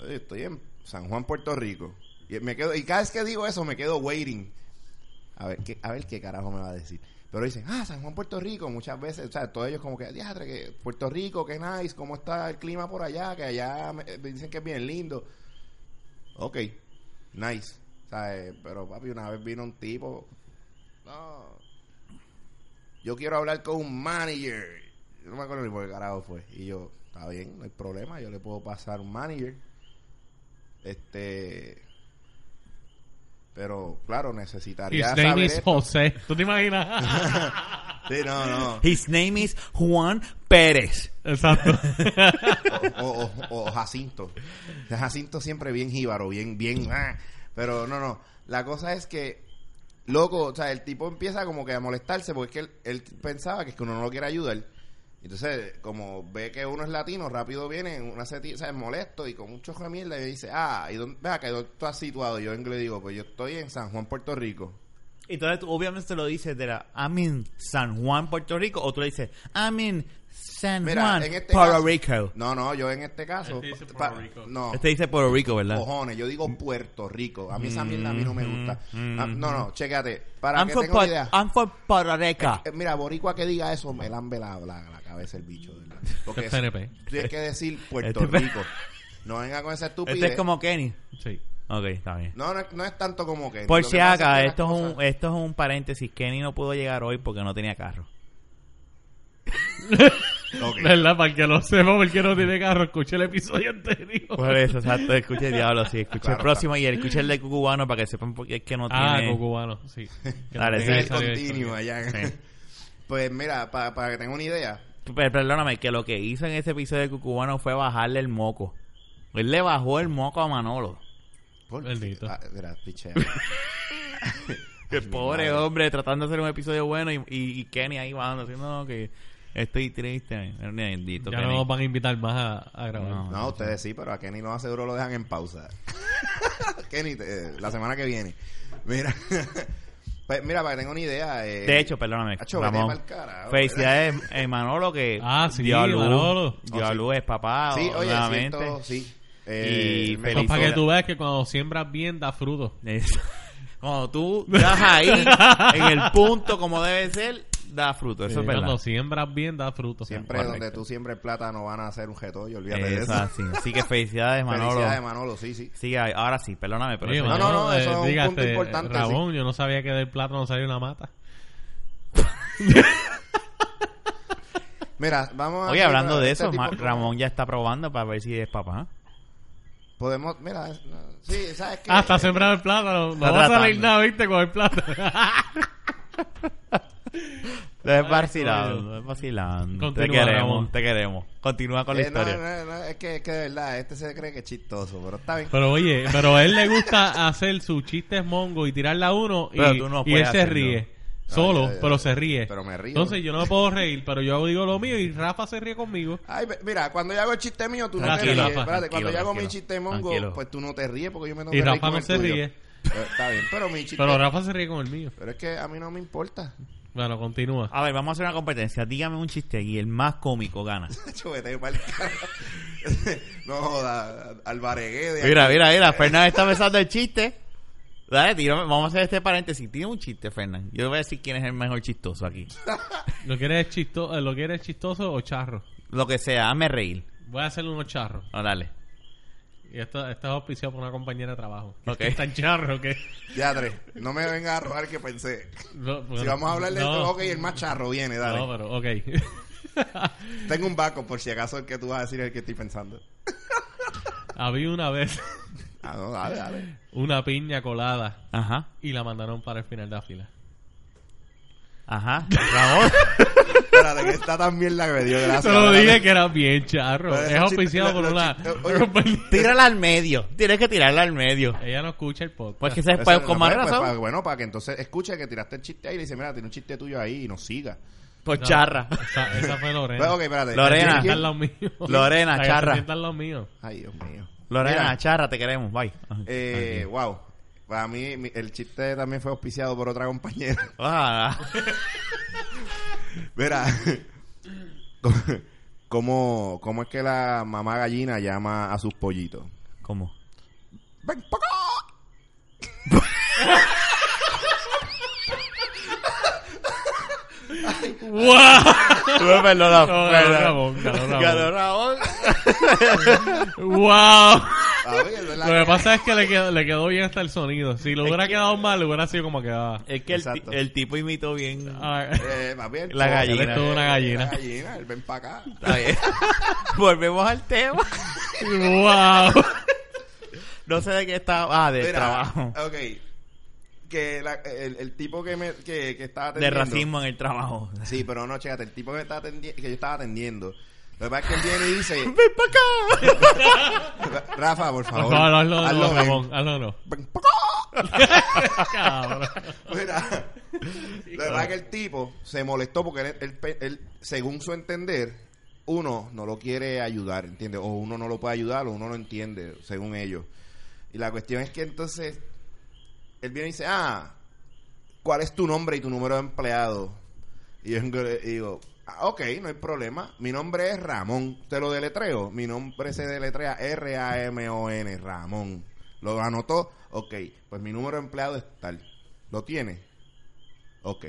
Speaker 4: "Eh, estoy en San Juan, Puerto Rico. Y, me quedo, y cada vez que digo eso, me quedo waiting. A ver, qué, a ver qué carajo me va a decir. Pero dicen, ah, San Juan, Puerto Rico, muchas veces, o sea, todos ellos como que, diadre, que Puerto Rico, qué nice, cómo está el clima por allá, que allá me- eh, dicen que es bien lindo. Ok, nice. O sea, eh, pero papi, una vez vino un tipo, no, yo quiero hablar con un manager. Yo no me acuerdo ni por qué carajo fue. Y yo, está bien, no hay problema, yo le puedo pasar un manager. Este. Pero, claro, necesitaría
Speaker 5: His
Speaker 4: saber
Speaker 5: name is
Speaker 4: esto.
Speaker 5: José. ¿Tú te imaginas?
Speaker 4: Sí, no, no.
Speaker 3: His name is Juan Pérez.
Speaker 5: Exacto.
Speaker 4: O, o- o Jacinto. Jacinto siempre bien jíbaro, bien, bien. ah. Pero no, no. La cosa es que, loco, o sea, el tipo empieza como que a molestarse porque es que él, él pensaba que es que uno no lo quiere ayudar. Entonces, como ve que uno es latino, rápido viene, una seti- ¿sabes? molesto y con un chojo de mierda y me dice, ah, ¿y dónde, ve acá, ¿dónde tú has situado? Yo vengo y le digo, pues yo estoy en San Juan, Puerto Rico.
Speaker 3: Entonces tú obviamente lo dices de la I'm in San Juan, Puerto Rico. O tú le dices I'm in San
Speaker 4: Mira,
Speaker 3: Juan,
Speaker 4: en este
Speaker 3: Puerto
Speaker 4: caso-
Speaker 3: Rico.
Speaker 4: No, no, yo en este caso...
Speaker 2: Este dice
Speaker 4: pa-
Speaker 2: Puerto Rico.
Speaker 4: No.
Speaker 3: Este dice Puerto Rico, ¿verdad?
Speaker 4: cojones, yo digo Puerto Rico. A mí esa mierda a mí no me gusta.
Speaker 3: Mm,
Speaker 4: Ah, no, no, chécate. Para
Speaker 3: I'm
Speaker 4: que
Speaker 3: for,
Speaker 4: tenga una idea.
Speaker 3: Puerto- Ah. I'm for Puerto Rico.
Speaker 4: Eh, Mira, boricua que diga eso, me lambe la, la, la cabeza el bicho. de ¿verdad? Porque
Speaker 5: Es PNP.
Speaker 4: tienes que decir Puerto
Speaker 3: Este es-
Speaker 4: Rico. No venga con esa estupidez.
Speaker 3: Este es como Kenny.
Speaker 5: Sí.
Speaker 3: Ok, está bien.
Speaker 4: ¿eh? no, no, no es tanto como que...
Speaker 3: Por
Speaker 4: lo
Speaker 3: si
Speaker 4: que pasa es
Speaker 3: acá,
Speaker 4: que las
Speaker 3: esto es, un,
Speaker 4: cosas-
Speaker 3: esto es un paréntesis. Kenny no pudo llegar hoy porque no tenía carro.
Speaker 4: Ok.
Speaker 5: ¿Verdad? Para el que lo sepa, porque no tiene carro, escuché el episodio anterior.
Speaker 3: Por eso, exacto. Escuche el diablo, sí. Escuche
Speaker 4: Claro,
Speaker 3: el próximo y escuche el de cubano para que sepan por qué es que no
Speaker 5: Ah,
Speaker 3: tiene.
Speaker 5: con cubano, sí. Que
Speaker 3: Dale, sí.
Speaker 5: no
Speaker 4: En
Speaker 5: tiene que
Speaker 4: el
Speaker 5: salir
Speaker 4: continuo
Speaker 5: esto.
Speaker 4: allá. Pues mira, pa- para que tenga una idea,
Speaker 3: Pero perdóname, que lo que hizo en ese episodio de cubano fue bajarle el moco. Él le bajó el moco a Manolo.
Speaker 4: Por-
Speaker 5: Bendito.
Speaker 4: Ah, mira, pichea.
Speaker 3: Qué
Speaker 4: Ay, mi
Speaker 3: pobre
Speaker 4: madre.
Speaker 3: hombre, tratando de hacer un episodio bueno y, y- y Kenny ahí bajando, haciendo "No, que estoy triste. Bendito,
Speaker 5: Ya
Speaker 3: Kenny.
Speaker 5: no nos van a invitar más a, a grabar.
Speaker 3: Ah, No.
Speaker 4: No, ustedes sí, pero a Kenny lo aseguro lo dejan en pausa. Kenny, te- eh, la semana que viene. Mira, Pues, mira, para que tenga una idea. eh,
Speaker 3: De hecho, perdóname.
Speaker 4: Acho, vete
Speaker 3: Ramón.
Speaker 4: pa'l carajo,
Speaker 3: Felicidades, eh, Manolo, que
Speaker 5: Ah, sí,
Speaker 3: dio a luz.
Speaker 5: Manolo.
Speaker 3: Dio a
Speaker 4: Oh, sí.
Speaker 3: luz, es papá,
Speaker 4: Sí, oye,
Speaker 3: obviamente.
Speaker 4: siento, sí. eh,
Speaker 3: Y
Speaker 5: Eso
Speaker 4: me-
Speaker 5: es Pues, para que
Speaker 3: Felicidades.
Speaker 5: tú veas que cuando siembras bien, da fruto.
Speaker 3: Es- Cuando tú das ahí, en el punto como debe ser, da fruto. Eso es verdad.
Speaker 5: Cuando siembras bien, da fruto.
Speaker 4: Siempre
Speaker 3: Correcto.
Speaker 4: donde tú siembres plátano van a hacer un jetollo, olvídate de
Speaker 3: Eso
Speaker 4: eso.
Speaker 3: así. Así que felicidades, Manolo.
Speaker 4: Felicidades, Manolo, sí, sí.
Speaker 3: Sí, ay, ahora sí, perdóname, pero
Speaker 5: Oye,
Speaker 3: eso-
Speaker 4: No, no, no, eso es un
Speaker 5: dígate,
Speaker 4: punto importante,
Speaker 5: eh, este, Rabón, yo no sabía que del plátano salía una mata.
Speaker 4: Mira, vamos a...
Speaker 3: Oye, hablando de
Speaker 4: este
Speaker 3: eso,
Speaker 4: tipo-
Speaker 3: Ma- Ramón ya está probando para ver si es papá. ¿ah?
Speaker 4: Podemos... Mira, es- no, sí, ¿sabes qué?
Speaker 5: Hasta sembrar Ah, el plátano. No
Speaker 3: Está
Speaker 5: va a salir
Speaker 3: tratando.
Speaker 5: nada, viste, con el plátano.
Speaker 3: Te es vacilando, es vacilando. te
Speaker 5: Continúa,
Speaker 3: queremos,
Speaker 5: Ramón.
Speaker 3: te queremos. Continúa con la
Speaker 4: Eh, no,
Speaker 3: historia.
Speaker 4: no, no, es, que, es que de verdad, este se cree que es chistoso, pero está bien.
Speaker 5: Pero oye, pero a él le gusta hacer sus chistes mongo y tirarla a uno y,
Speaker 3: Pero tú no
Speaker 5: y él
Speaker 3: puedes
Speaker 5: se
Speaker 3: hacerlo.
Speaker 5: ríe. Solo,
Speaker 4: Ay, ay,
Speaker 5: pero
Speaker 4: ay,
Speaker 5: se ríe.
Speaker 4: pero me río.
Speaker 5: Entonces yo no me puedo reír, pero yo digo lo mío y Rafa se ríe conmigo.
Speaker 4: Ay, ve- mira, cuando yo hago el chiste mío, tú no te
Speaker 5: Tranquilo,
Speaker 4: ríes.
Speaker 5: Rafa,
Speaker 4: Espérate, cuando
Speaker 3: tranquilo,
Speaker 4: yo hago mi
Speaker 3: tranquilo.
Speaker 4: chiste mongo,
Speaker 3: Tranquilo.
Speaker 4: pues tú no te ríes porque yo me tengo
Speaker 5: Y
Speaker 4: que reír
Speaker 5: Rafa
Speaker 4: con
Speaker 5: no
Speaker 4: el
Speaker 5: se
Speaker 4: tuyo.
Speaker 5: ríe.
Speaker 4: Pero está bien, pero mi chiste...
Speaker 5: Pero
Speaker 4: Pero,
Speaker 5: Rafa se ríe con el mío.
Speaker 4: es que a mí no me importa.
Speaker 5: Bueno, continúa.
Speaker 3: A ver, vamos a hacer una competencia. Dígame un chiste y el más cómico gana.
Speaker 4: Chacho, vete pa'l carajo. no joda, Alvaregué. de-
Speaker 3: Mira, mira, mira. Fernández está pensando el chiste. Dale, tírame. Vamos a hacer este paréntesis. Tiene un chiste, Fernández. Yo voy a decir quién es el mejor chistoso aquí.
Speaker 5: ¿Lo quieres, chisto eh, ¿Lo quieres chistoso o charro?
Speaker 3: Lo que sea, hazme reír.
Speaker 5: Voy a hacerle unos charros.
Speaker 3: No, dale.
Speaker 5: Y esto, esto es auspiciado por una compañera de trabajo.
Speaker 3: Ok.
Speaker 5: Es tan charro que...
Speaker 4: Diadre, no me vengas a robar que pensé.
Speaker 5: No, bueno,
Speaker 4: Si vamos a hablar de
Speaker 5: no,
Speaker 4: esto, ok, el más charro viene, dale.
Speaker 5: No, pero ok.
Speaker 4: Tengo un backup por si acaso el que tú vas a decir es el que estoy pensando.
Speaker 5: Había una vez
Speaker 4: Ah, no, dale, dale.
Speaker 5: una piña colada
Speaker 3: Ajá,
Speaker 5: y la mandaron para el final de la fila.
Speaker 3: ajá. Ramón.
Speaker 4: Espérate, que está tan bien la que me dio gracias.
Speaker 5: Te lo
Speaker 4: Dale,
Speaker 5: dije
Speaker 4: dale.
Speaker 5: que era bien charro.
Speaker 4: Pero
Speaker 5: Es
Speaker 4: esos
Speaker 5: auspiciado
Speaker 4: chistes-
Speaker 5: por
Speaker 4: los
Speaker 5: una...
Speaker 4: chistes- oye,
Speaker 5: compañía.
Speaker 3: Tírala al medio. Tienes que tirarla al medio.
Speaker 5: Ella no escucha el podcast.
Speaker 3: Pues que se
Speaker 4: Eso,
Speaker 3: con
Speaker 4: no,
Speaker 3: más
Speaker 4: pues, pues,
Speaker 3: razón.
Speaker 4: para- bueno, para que entonces escuche que tiraste el chiste ahí y le dice, mira, tiene un chiste tuyo ahí y nos siga.
Speaker 3: Por
Speaker 5: No,
Speaker 3: charra.
Speaker 5: Esa, esa fue
Speaker 4: Pero,
Speaker 5: Lorena.
Speaker 4: Pues, ok, espérate.
Speaker 3: Lorena.
Speaker 5: La que
Speaker 4: ¿Quién-
Speaker 5: está al lado mío.
Speaker 3: Lorena,
Speaker 5: La que
Speaker 3: charra.
Speaker 5: se sienta al lado mío.
Speaker 4: Ay, Dios mío.
Speaker 3: Lorena,
Speaker 4: Mira,
Speaker 3: charra, te queremos. Bye.
Speaker 4: eh, wow. Para mí, mi- el chiste también fue auspiciado por otra compañera.
Speaker 3: Ah,
Speaker 4: Mira, ¿cómo, ¿cómo es que la mamá gallina llama a sus pollitos?
Speaker 3: ¿Cómo?
Speaker 4: ¡Ven pa' acá!
Speaker 3: Perdón, perdón.
Speaker 4: Pues,
Speaker 5: No, ganó Ramón, ganó Ramón.
Speaker 3: Ganó Ramón.
Speaker 5: ¡Wow!
Speaker 4: Ah, oye, eso es la
Speaker 5: Lo que
Speaker 4: que-
Speaker 5: pasa es que le quedó, le quedó bien hasta el sonido. Si lo hubiera quedado mal, le hubiera sido como quedaba.
Speaker 3: Es que el, ti-
Speaker 4: Exacto.
Speaker 3: el tipo imitó bien.
Speaker 5: Ah,
Speaker 4: Eh, papi, el-
Speaker 3: La gallina.
Speaker 4: el-
Speaker 5: Esto es una gallina.
Speaker 4: La gallina, el ven pa' acá.
Speaker 3: Está bien. Volvemos al tema.
Speaker 5: ¡Wow!
Speaker 3: No sé de qué estaba. Ah, de
Speaker 4: Mira,
Speaker 3: trabajo.
Speaker 4: Ok. Que la- el, el tipo que, me, que, que
Speaker 3: De
Speaker 4: estaba atendiendo.
Speaker 3: racismo en el trabajo.
Speaker 4: Sí, pero no, chécate, el tipo que, me estaba atendi- que yo estaba atendiendo. Lo que pasa es que él viene y dice,
Speaker 3: ¡Ven para acá!
Speaker 4: Rafa, por favor.
Speaker 5: No, no, hazlo, de nuevo,
Speaker 4: ven.
Speaker 5: Ramón, hazlo no.
Speaker 4: Ven pa' acá.
Speaker 5: Cabrón.
Speaker 4: Mira, lo que pasa es que el tipo se molestó porque él, él pe- él, según su entender, uno no lo quiere ayudar, ¿entiendes? O uno no lo puede ayudar o uno no entiende, según ellos. Y la cuestión es que entonces él viene y dice, ah, ¿cuál es tu nombre y tu número de empleado? Y yo vengo y le digo, ah, ok, no hay problema. Mi nombre es Ramón. Te lo deletreo. Mi nombre se deletrea R-A-M-O-N, Ramón. Lo anotó. Ok, pues mi número de empleado es tal. ¿Lo tiene? Ok.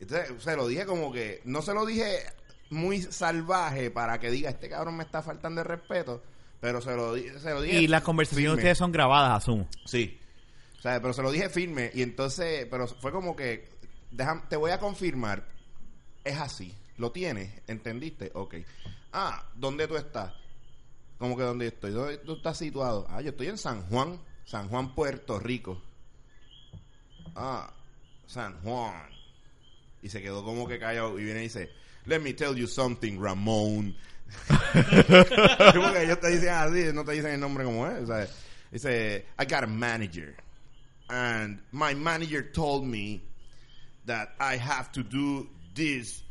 Speaker 4: Entonces, se lo dije como que, no se lo dije muy salvaje para que diga, este cabrón me está faltando el respeto, pero se lo, di- se lo dije.
Speaker 3: Y las conversaciones de
Speaker 4: firme.
Speaker 3: ustedes son grabadas, asumo.
Speaker 4: Sí. O sea, pero se lo dije firme y entonces, pero fue como que, déjame, te voy a confirmar, es así, lo tienes, ¿entendiste? Ok. Ah, ¿dónde tú estás? Como que dónde estoy, ¿dónde tú estás situado? Ah, yo estoy en San Juan, San Juan, Puerto Rico. Ah, San Juan. Y se quedó como que callado y viene y dice, let me tell you something, Ramón. Sí, porque ellos te dicen así, no te dicen el nombre como es. o sea, Dice, I got a manager. And my manager told me that I have to do this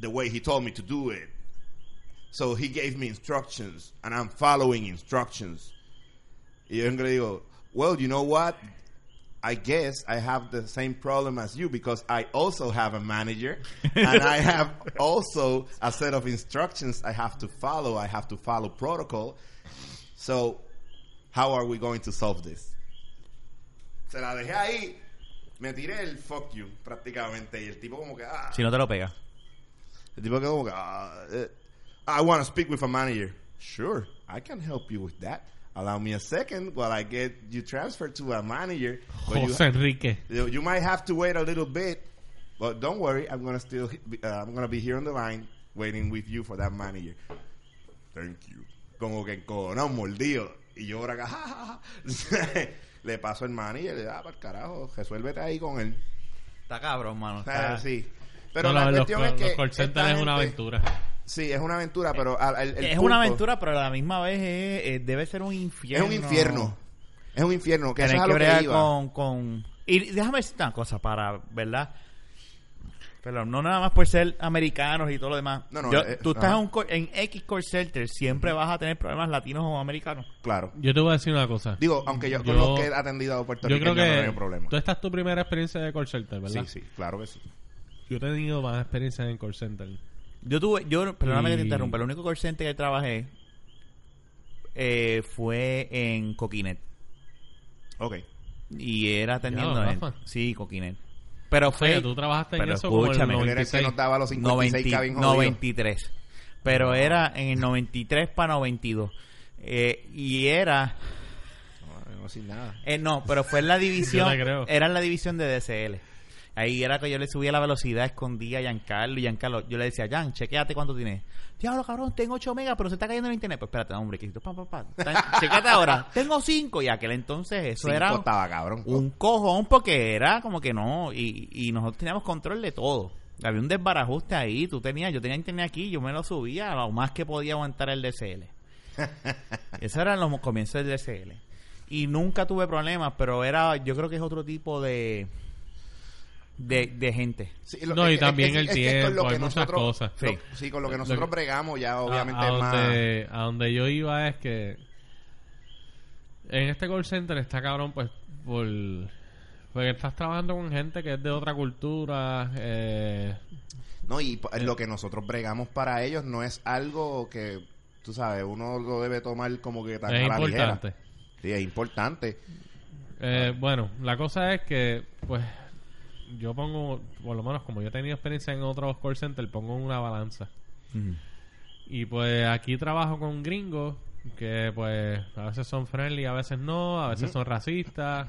Speaker 4: the way he told me to do it. So he gave me instructions and I'm following instructions. Y yo en inglés digo, well, you know what? I guess I have the same problem as you because I also have a manager and I have also a set of instructions I have to follow. I have to follow protocol. So, how are we going to solve this? Se la dejé ahí. Me tiré el fuck you prácticamente y el tipo como que ah.
Speaker 3: Si no te lo pega.
Speaker 4: El tipo quedó como que, "Ah, eh, I want to speak with a manager. Sure, I can help you with that. Allow me a second while I get you transferred to a manager. But you,
Speaker 5: José Enrique.
Speaker 4: you, you might have to wait a little bit, but don't worry, I'm gonna still uh, I'm gonna be here on the line. waiting with you for that manager. Thank you. Como que encojonado, mordido. Y yo ahora acá, ja, ja, ja. le paso el manager, le da, para el carajo, resuélvete ahí con él.
Speaker 3: Está cabrón, mano.
Speaker 4: O
Speaker 3: está-
Speaker 4: sea, Ah, sí. Pero
Speaker 5: No,
Speaker 4: la
Speaker 5: los- los,
Speaker 4: cuestión es que.
Speaker 5: los call centers
Speaker 4: esta
Speaker 5: es una
Speaker 4: gente-
Speaker 5: aventura.
Speaker 4: Sí, es una aventura, pero. al- al- el
Speaker 3: es
Speaker 4: punto-
Speaker 3: una aventura, pero a la misma vez es- eh, debe ser un infierno.
Speaker 4: Es un infierno. Es un infierno. Que eso
Speaker 3: Tener
Speaker 4: es a
Speaker 3: que
Speaker 4: lo
Speaker 3: bregar
Speaker 4: que iba.
Speaker 3: con, con... Y déjame decir una cosa para, ¿verdad? Pero no nada más por ser americanos y todo lo demás.
Speaker 4: No, no,
Speaker 3: Yo-
Speaker 4: eh,
Speaker 3: tú estás
Speaker 4: ajá.
Speaker 3: en, un call- en X call center, siempre vas a tener problemas latinos o americanos.
Speaker 4: Claro.
Speaker 5: Yo te voy a decir una cosa.
Speaker 4: Digo, aunque yo,
Speaker 5: Yo-
Speaker 4: con los que he atendido a Puerto
Speaker 5: yo
Speaker 4: Rico
Speaker 5: creo
Speaker 4: no
Speaker 5: que
Speaker 4: tengo problema.
Speaker 5: tú esta es tu primera experiencia de call center, ¿verdad?
Speaker 4: Sí, sí, claro que sí.
Speaker 5: Yo he tenido más experiencias en call center.
Speaker 3: Yo tuve, yo, perdóname que te
Speaker 5: Y-
Speaker 3: interrumpa, el único call center que trabajé eh, fue en Coquinet.
Speaker 4: Ok.
Speaker 3: Y era atendiendo
Speaker 5: Ya,
Speaker 3: a gente.
Speaker 5: Rafa.
Speaker 3: Sí, Coquinet. Pero fue...
Speaker 5: Oye, tú trabajaste en
Speaker 3: pero
Speaker 5: eso como el
Speaker 3: escúchame.
Speaker 4: Él era el que
Speaker 5: 96.
Speaker 4: nos daba los 56
Speaker 3: 90
Speaker 4: cabin jodidos.
Speaker 3: 93. Pero era en el 93 para 92. Eh, y era...
Speaker 4: No, no, sin nada.
Speaker 3: eh, no, pero fue en la división...
Speaker 5: Yo te creo.
Speaker 3: Era en la división de DCL. Ahí era que yo le subía la velocidad, escondía a Giancarlo. Y Giancarlo, yo le decía, Jan, chequeate cuánto tienes. Diablo, cabrón, tengo 8 megas, pero se está cayendo el internet. Pues espérate, hombre, que pa, pa, pa. Tan- Chequeate ahora. Tengo 5. Y aquel entonces eso
Speaker 4: Cinco
Speaker 3: era...
Speaker 4: estaba, cabrón.
Speaker 3: un cojón porque era como que no y, y nosotros teníamos control de todo había un desbarajuste ahí tú tenías yo tenía internet aquí yo me lo subía lo más que podía aguantar el DSL esos eran los comienzos del DSL y nunca tuve problemas pero era yo creo que es otro tipo de de, de gente
Speaker 4: Sí, lo-
Speaker 5: No, y
Speaker 4: es que- es
Speaker 5: también
Speaker 4: que-
Speaker 5: el
Speaker 4: es que es con lo
Speaker 5: tiempo,
Speaker 4: que
Speaker 5: hay muchas
Speaker 4: nosotros-
Speaker 5: cosas. Ah,
Speaker 4: lo-
Speaker 3: Sí.
Speaker 4: sí. con lo que
Speaker 5: Lo-
Speaker 4: nosotros bregamos ya obviamente
Speaker 5: a, a
Speaker 4: es más...
Speaker 5: donde, a donde yo iba es que en este call center está cabrón pues por porque estás trabajando con gente que es de otra cultura eh,
Speaker 4: No, y po- lo que nosotros bregamos para ellos no es algo que, tú sabes, uno lo debe tomar como que tan
Speaker 5: es
Speaker 4: a la
Speaker 5: importante
Speaker 4: ligera. Sí, es importante.
Speaker 5: Eh, bueno la cosa es que pues yo pongo por lo menos como yo he tenido experiencia en otros call centers pongo una balanza Y pues aquí trabajo con gringos que pues a veces son friendly, a veces no, a veces son racistas,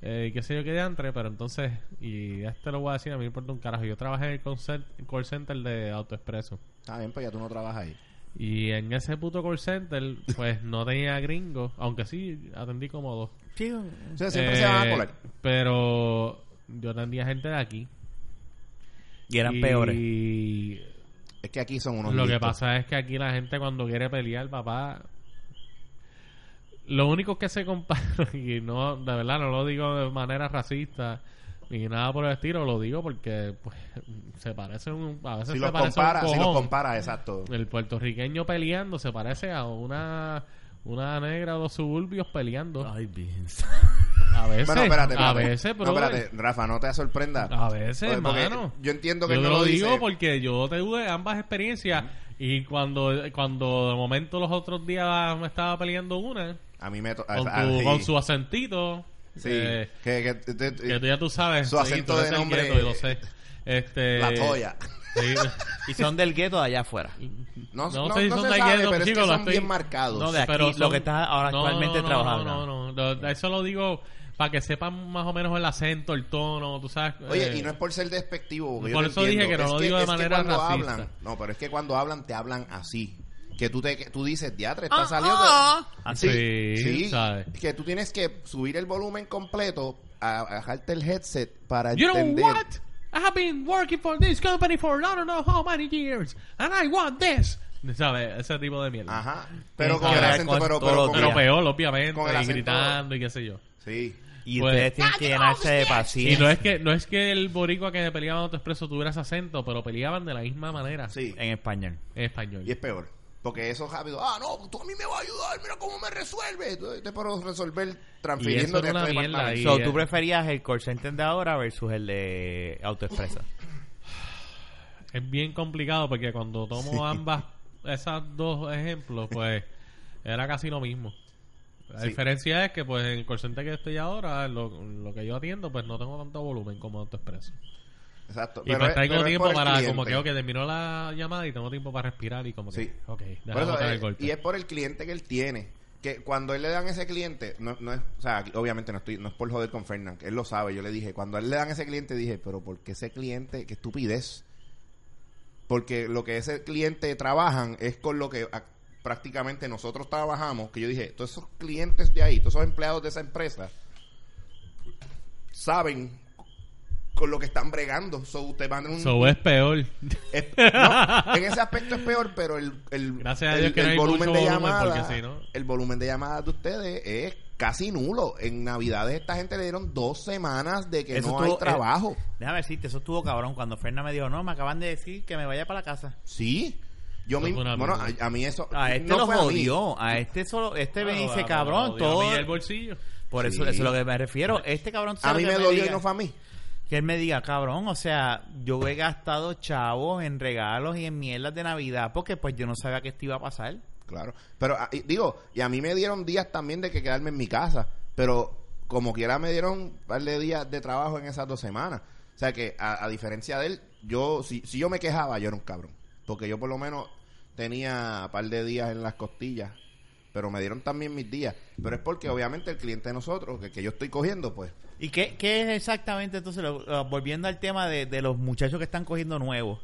Speaker 5: eh, y qué sé yo qué diantre, pero entonces, y este lo voy a decir, a mí me importa un carajo, yo trabajé en el call cen- call center de AutoExpreso.
Speaker 4: Está bien, pues ya tú no trabajas ahí.
Speaker 5: Y en ese puto call center, pues no tenía gringos, aunque sí atendí como dos.
Speaker 3: Sí,
Speaker 4: O sea, siempre
Speaker 5: Eh,
Speaker 4: se van a colar.
Speaker 5: Pero yo atendía gente de aquí.
Speaker 3: y eran
Speaker 5: y
Speaker 3: peores
Speaker 4: Es que aquí son unos
Speaker 5: Lo que
Speaker 4: listos.
Speaker 5: pasa es que aquí la gente cuando quiere pelear, papá, lo único que se compara, y no, de verdad no lo digo de manera racista ni nada por el estilo, lo digo porque pues, se parece un, a veces se
Speaker 4: Si los
Speaker 5: parece
Speaker 4: compara,
Speaker 5: un
Speaker 4: si los
Speaker 5: cojón.
Speaker 4: compara, exacto.
Speaker 5: El puertorriqueño peleando se parece a una una negra de los suburbios peleando.
Speaker 3: Ay, bien.
Speaker 5: A veces,
Speaker 4: Bueno, espérate,
Speaker 5: a
Speaker 4: espérate.
Speaker 5: veces,
Speaker 4: No,
Speaker 5: brother.
Speaker 4: espérate, Rafa, no te sorprenda.
Speaker 5: A veces,
Speaker 4: Porque
Speaker 5: hermano.
Speaker 4: Yo entiendo que
Speaker 5: yo
Speaker 4: él no
Speaker 5: lo
Speaker 4: lo
Speaker 5: digo
Speaker 4: dice.
Speaker 5: porque yo tuve ambas experiencias y cuando cuando de momento los otros días me estaba peleando una
Speaker 4: A mí me... to-
Speaker 5: con,
Speaker 4: ah,
Speaker 5: tu-
Speaker 4: sí.
Speaker 5: con su acentito
Speaker 4: Sí.
Speaker 5: eh,
Speaker 4: que, que- te- te-
Speaker 5: que tú ya tú sabes
Speaker 4: Su
Speaker 5: sí,
Speaker 4: acento
Speaker 5: tú eres
Speaker 4: de
Speaker 5: el
Speaker 4: nombre-
Speaker 5: quieto, yo lo sé este
Speaker 4: la toya.
Speaker 5: sí.
Speaker 3: y son del gueto de allá afuera
Speaker 4: No,
Speaker 5: No
Speaker 4: no,
Speaker 5: sé si
Speaker 4: no
Speaker 5: son
Speaker 4: se
Speaker 5: de
Speaker 4: sabe,
Speaker 5: ayer,
Speaker 4: pero es que
Speaker 5: chicos,
Speaker 4: son
Speaker 5: lo estoy-
Speaker 4: bien marcados.
Speaker 3: No, de aquí, lo que está ahora actualmente
Speaker 5: no,
Speaker 3: trabajando.
Speaker 5: no, no, no, no. eso lo digo para que sepan más o menos el acento el tono tú sabes
Speaker 4: Oye,
Speaker 5: eh,
Speaker 4: y no es por ser despectivo. porque yo
Speaker 5: Por
Speaker 4: lo
Speaker 5: eso dije
Speaker 4: entiendo.
Speaker 5: que no
Speaker 4: Es
Speaker 5: lo digo de
Speaker 4: es
Speaker 5: manera
Speaker 4: cuando
Speaker 5: racista.
Speaker 4: Hablan, no, pero es que cuando hablan, te hablan así. Que tú, te, que tú dices, diatre, está
Speaker 3: Ah,
Speaker 4: saliendo.
Speaker 3: ah.
Speaker 5: Así, ¿sabes?
Speaker 4: Que tú tienes que subir el volumen completo, a, a bajarte el headset para
Speaker 5: You know
Speaker 4: entender.
Speaker 5: what? I have been working for this company for I don't know how many years, and I want this. ¿Sabes? Ese tipo de mierda.
Speaker 4: Ajá. Pero
Speaker 3: Sí,
Speaker 4: con el
Speaker 3: ahora
Speaker 4: acento,
Speaker 3: con
Speaker 4: pero,
Speaker 3: todos
Speaker 4: pero
Speaker 3: los
Speaker 4: con
Speaker 5: Pero
Speaker 3: días.
Speaker 5: peor, obviamente,
Speaker 4: Con el
Speaker 5: y
Speaker 4: acento-
Speaker 5: gritando y qué sé yo.
Speaker 4: Sí.
Speaker 3: y
Speaker 5: Pues-
Speaker 3: ustedes tienen que llenarse de paciencia
Speaker 5: Y no es que no es que el boricua que peleaba en Autoexpreso tuviera ese acento, pero peleaban de la misma manera
Speaker 4: Sí.
Speaker 3: en español
Speaker 5: en español.
Speaker 4: Y es peor. Porque eso rápido, ah, no, tú a mí me vas a ayudar, mira cómo me resuelve. Tú- Te puedo resolver transfiriéndote
Speaker 5: Y eso
Speaker 4: a
Speaker 5: era
Speaker 4: este
Speaker 5: una mierda
Speaker 4: departamento.
Speaker 5: ahí.
Speaker 3: So,
Speaker 5: eh,
Speaker 3: ¿Tú preferías el call center de ahora versus el de autoexpresa?
Speaker 5: Es bien complicado porque cuando tomo ambas, esas dos ejemplos, pues era casi lo mismo. La
Speaker 4: Sí.
Speaker 5: diferencia es que pues en el call center que estoy ahora, lo, lo que yo atiendo, pues no tengo tanto volumen como Autoexpreso.
Speaker 4: Exacto.
Speaker 5: Y pues
Speaker 4: es-
Speaker 5: tengo
Speaker 4: es
Speaker 5: tiempo
Speaker 4: por el
Speaker 5: para, como
Speaker 4: cliente.
Speaker 5: que, ok, terminó la llamada y tengo tiempo para respirar y como que,
Speaker 4: Sí.
Speaker 5: ok, déjame
Speaker 4: Por eso,
Speaker 5: botar
Speaker 4: eh,
Speaker 5: el golpe.
Speaker 4: y es por el cliente que él tiene. Que cuando él le dan ese cliente, no, no es, o sea, aquí, obviamente no estoy, no es por joder con Fernan, que él lo sabe, yo le dije, cuando a él le dan ese cliente, dije, pero ¿por qué ese cliente? Qué estupidez. porque lo que ese cliente trabajan es con lo que ac- prácticamente nosotros trabajamos, que yo dije, todos esos clientes de ahí, todos esos empleados de esa empresa, saben con lo que están bregando. So, usted manda un,
Speaker 5: So es peor.
Speaker 4: es- no, en ese aspecto es peor, pero el, el,
Speaker 5: Gracias a
Speaker 4: el-
Speaker 5: Dios que
Speaker 4: el
Speaker 5: no hay
Speaker 4: volumen
Speaker 5: mucho
Speaker 4: de
Speaker 5: volumen,
Speaker 4: llamadas,
Speaker 5: porque si no-
Speaker 4: el volumen de llamadas de ustedes es casi nulo. En Navidades esta gente le dieron dos semanas de que
Speaker 3: Eso
Speaker 4: no
Speaker 3: estuvo- eh,
Speaker 4: hay trabajo.
Speaker 3: Déjame decirte, eso estuvo cabrón cuando Ferna me dijo, no, me acaban de decir que me vaya para la casa.
Speaker 4: Sí. Yo
Speaker 5: Eso
Speaker 4: me,
Speaker 5: fue una
Speaker 4: bueno, a,
Speaker 5: mierda.
Speaker 4: a mí eso
Speaker 3: A este
Speaker 4: no
Speaker 3: lo
Speaker 4: fue a mí.
Speaker 3: jodió, a este solo, este me
Speaker 5: Bueno,
Speaker 3: dice,
Speaker 4: Ah,
Speaker 5: bueno,
Speaker 3: cabrón,
Speaker 5: jodió a mí
Speaker 3: todo.
Speaker 5: el bolsillo.
Speaker 3: Por eso,
Speaker 4: Sí.
Speaker 3: eso es lo que me refiero. Este cabrón
Speaker 4: A
Speaker 3: sabe
Speaker 4: mí
Speaker 3: que
Speaker 4: me dolió y
Speaker 3: diga-
Speaker 4: no fue a mí.
Speaker 3: Que él me diga, cabrón, o sea, yo he gastado chavos en regalos y en mierdas de Navidad porque pues yo no sabía que esto iba a pasar.
Speaker 4: Claro. Pero a- y- digo, y a mí me dieron días también de que quedarme en mi casa, pero como quiera me dieron un par de días de trabajo en esas dos semanas. O sea que a, a diferencia de él, yo si, si yo me quejaba, yo era un cabrón, porque yo por lo menos tenía un par de días en las costillas, pero me dieron también mis días, pero es porque obviamente el cliente de nosotros, que, que yo estoy cogiendo, pues
Speaker 3: ¿Y qué, qué es exactamente entonces, lo- lo- volviendo al tema de, de los muchachos que están cogiendo nuevos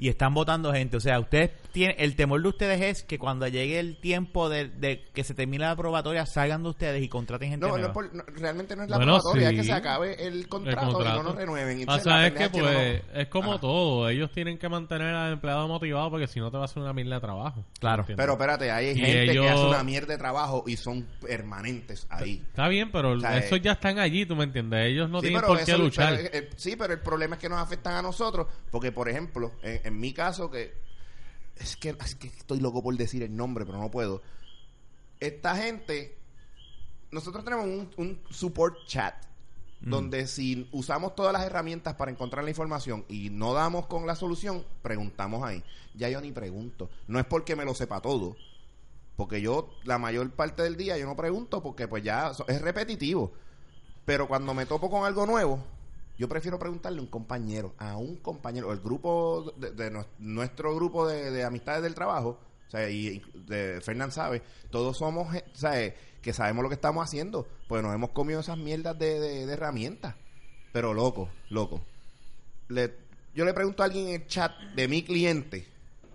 Speaker 3: y están votando gente? O sea, ustedes tienen, el temor de ustedes es que cuando llegue el tiempo de, de que se termine la probatoria salgan de ustedes y contraten gente
Speaker 4: No, no
Speaker 3: nueva.
Speaker 4: es por- no, realmente no es la
Speaker 5: Bueno,
Speaker 4: probatoria,
Speaker 5: sí.
Speaker 4: es que se acabe el contrato, y no nos renueven.
Speaker 5: o
Speaker 4: Entonces, la
Speaker 5: sea, es que
Speaker 4: pendeja no-
Speaker 5: pues, es como
Speaker 4: Ajá.
Speaker 5: todo. Ellos tienen que mantener al empleado motivado porque si no te va a hacer una mierda de trabajo.
Speaker 3: Claro.
Speaker 5: ¿Entiendes?
Speaker 4: Pero espérate, hay
Speaker 5: Y
Speaker 4: gente
Speaker 5: ellos-
Speaker 4: que hace una mierda de trabajo y son permanentes ahí.
Speaker 5: Está bien, pero
Speaker 4: O sea,
Speaker 5: esos
Speaker 4: eh,
Speaker 5: ya están allí, tú me entiendes. Ellos no
Speaker 4: Sí,
Speaker 5: tienen
Speaker 4: pero
Speaker 5: por qué
Speaker 4: eso-
Speaker 5: luchar.
Speaker 4: pero, eh, sí, pero el problema es que nos afectan a nosotros. Porque, por ejemplo, en, en mi caso, que es, que es que estoy loco por decir el nombre, pero no puedo. Esta gente, nosotros tenemos un, un support chat.
Speaker 5: Mm.
Speaker 4: Donde si usamos todas las herramientas para encontrar la información y no damos con la solución, preguntamos ahí. Ya yo ni pregunto. No es porque me lo sepa todo, porque yo la mayor parte del día yo no pregunto porque pues ya so- es repetitivo. Pero cuando me topo con algo nuevo, yo prefiero preguntarle a un compañero, a un compañero, o el grupo de, de nues- nuestro grupo de, de amistades del trabajo, o sea, y y de Fernán sabe, todos somos, eh, o sea, eh, que sabemos lo que estamos haciendo, pues nos hemos comido esas mierdas de, de- de herramientas. Pero loco, loco. Le- yo le pregunto a alguien en el chat de mi cliente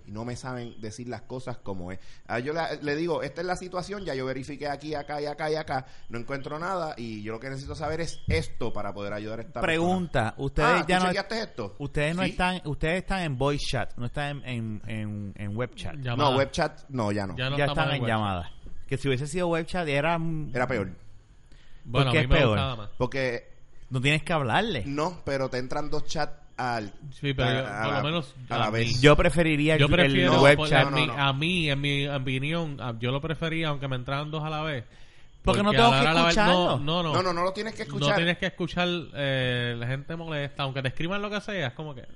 Speaker 4: y no me saben decir las cosas como es. Ah, yo la- le digo, esta es la situación, ya yo verifiqué aquí, acá y acá y acá, no encuentro nada y yo lo que necesito saber es esto para poder ayudar a esta
Speaker 3: Pregunta, ustedes
Speaker 4: persona. Ah,
Speaker 3: ya
Speaker 4: ¿tú
Speaker 3: no
Speaker 4: chequeaste esto?
Speaker 3: ustedes no
Speaker 4: Sí.
Speaker 3: están ustedes están en voice chat, no están en, en, en, en web chat. Ya,
Speaker 5: Llamada.
Speaker 4: No, web chat, no, ya no.
Speaker 5: Ya no estamos
Speaker 3: están
Speaker 5: en
Speaker 3: en
Speaker 5: web chat.
Speaker 3: llamada. Que si hubiese sido web chat era
Speaker 4: Era peor.
Speaker 5: Bueno,
Speaker 3: Porque
Speaker 5: a mí
Speaker 3: es
Speaker 5: me
Speaker 3: peor.
Speaker 5: gustaba más.
Speaker 4: Porque
Speaker 3: no tienes que hablarle.
Speaker 4: no, pero te entran dos chats al...
Speaker 5: Sí, pero yo- por lo
Speaker 4: la-
Speaker 5: menos
Speaker 4: a
Speaker 5: a
Speaker 4: la
Speaker 5: mí.
Speaker 4: vez.
Speaker 3: Yo preferiría
Speaker 5: Yo
Speaker 3: el-
Speaker 5: prefiero,
Speaker 3: el web
Speaker 5: por-
Speaker 3: chat.
Speaker 5: a,
Speaker 4: no,
Speaker 5: mí,
Speaker 4: no.
Speaker 5: a mí, en mi opinión, a- yo lo prefería, aunque me entraran dos a la vez.
Speaker 3: Porque no
Speaker 5: a
Speaker 3: tengo
Speaker 5: la
Speaker 3: que
Speaker 5: hora de la vez-
Speaker 3: escucharlo.
Speaker 5: No, no,
Speaker 4: No, no, no lo tienes que escuchar.
Speaker 5: No tienes que escuchar eh, la gente molesta, aunque te escriban lo que sea, es como que... ok.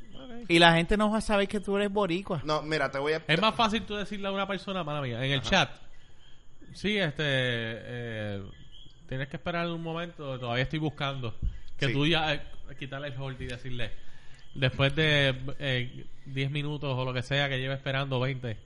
Speaker 3: Y la gente no va a saber que tú eres boricua.
Speaker 4: No, mira, te voy a...
Speaker 5: Es más fácil tú decirle a una persona, mala mía, en el chat. Sí, este... eh, tienes que esperar un momento, todavía estoy buscando. Que
Speaker 4: Sí.
Speaker 5: tú ya eh, quitarle el hold y decirle... Después de eh, 10 minutos o lo que sea que lleve esperando, 20.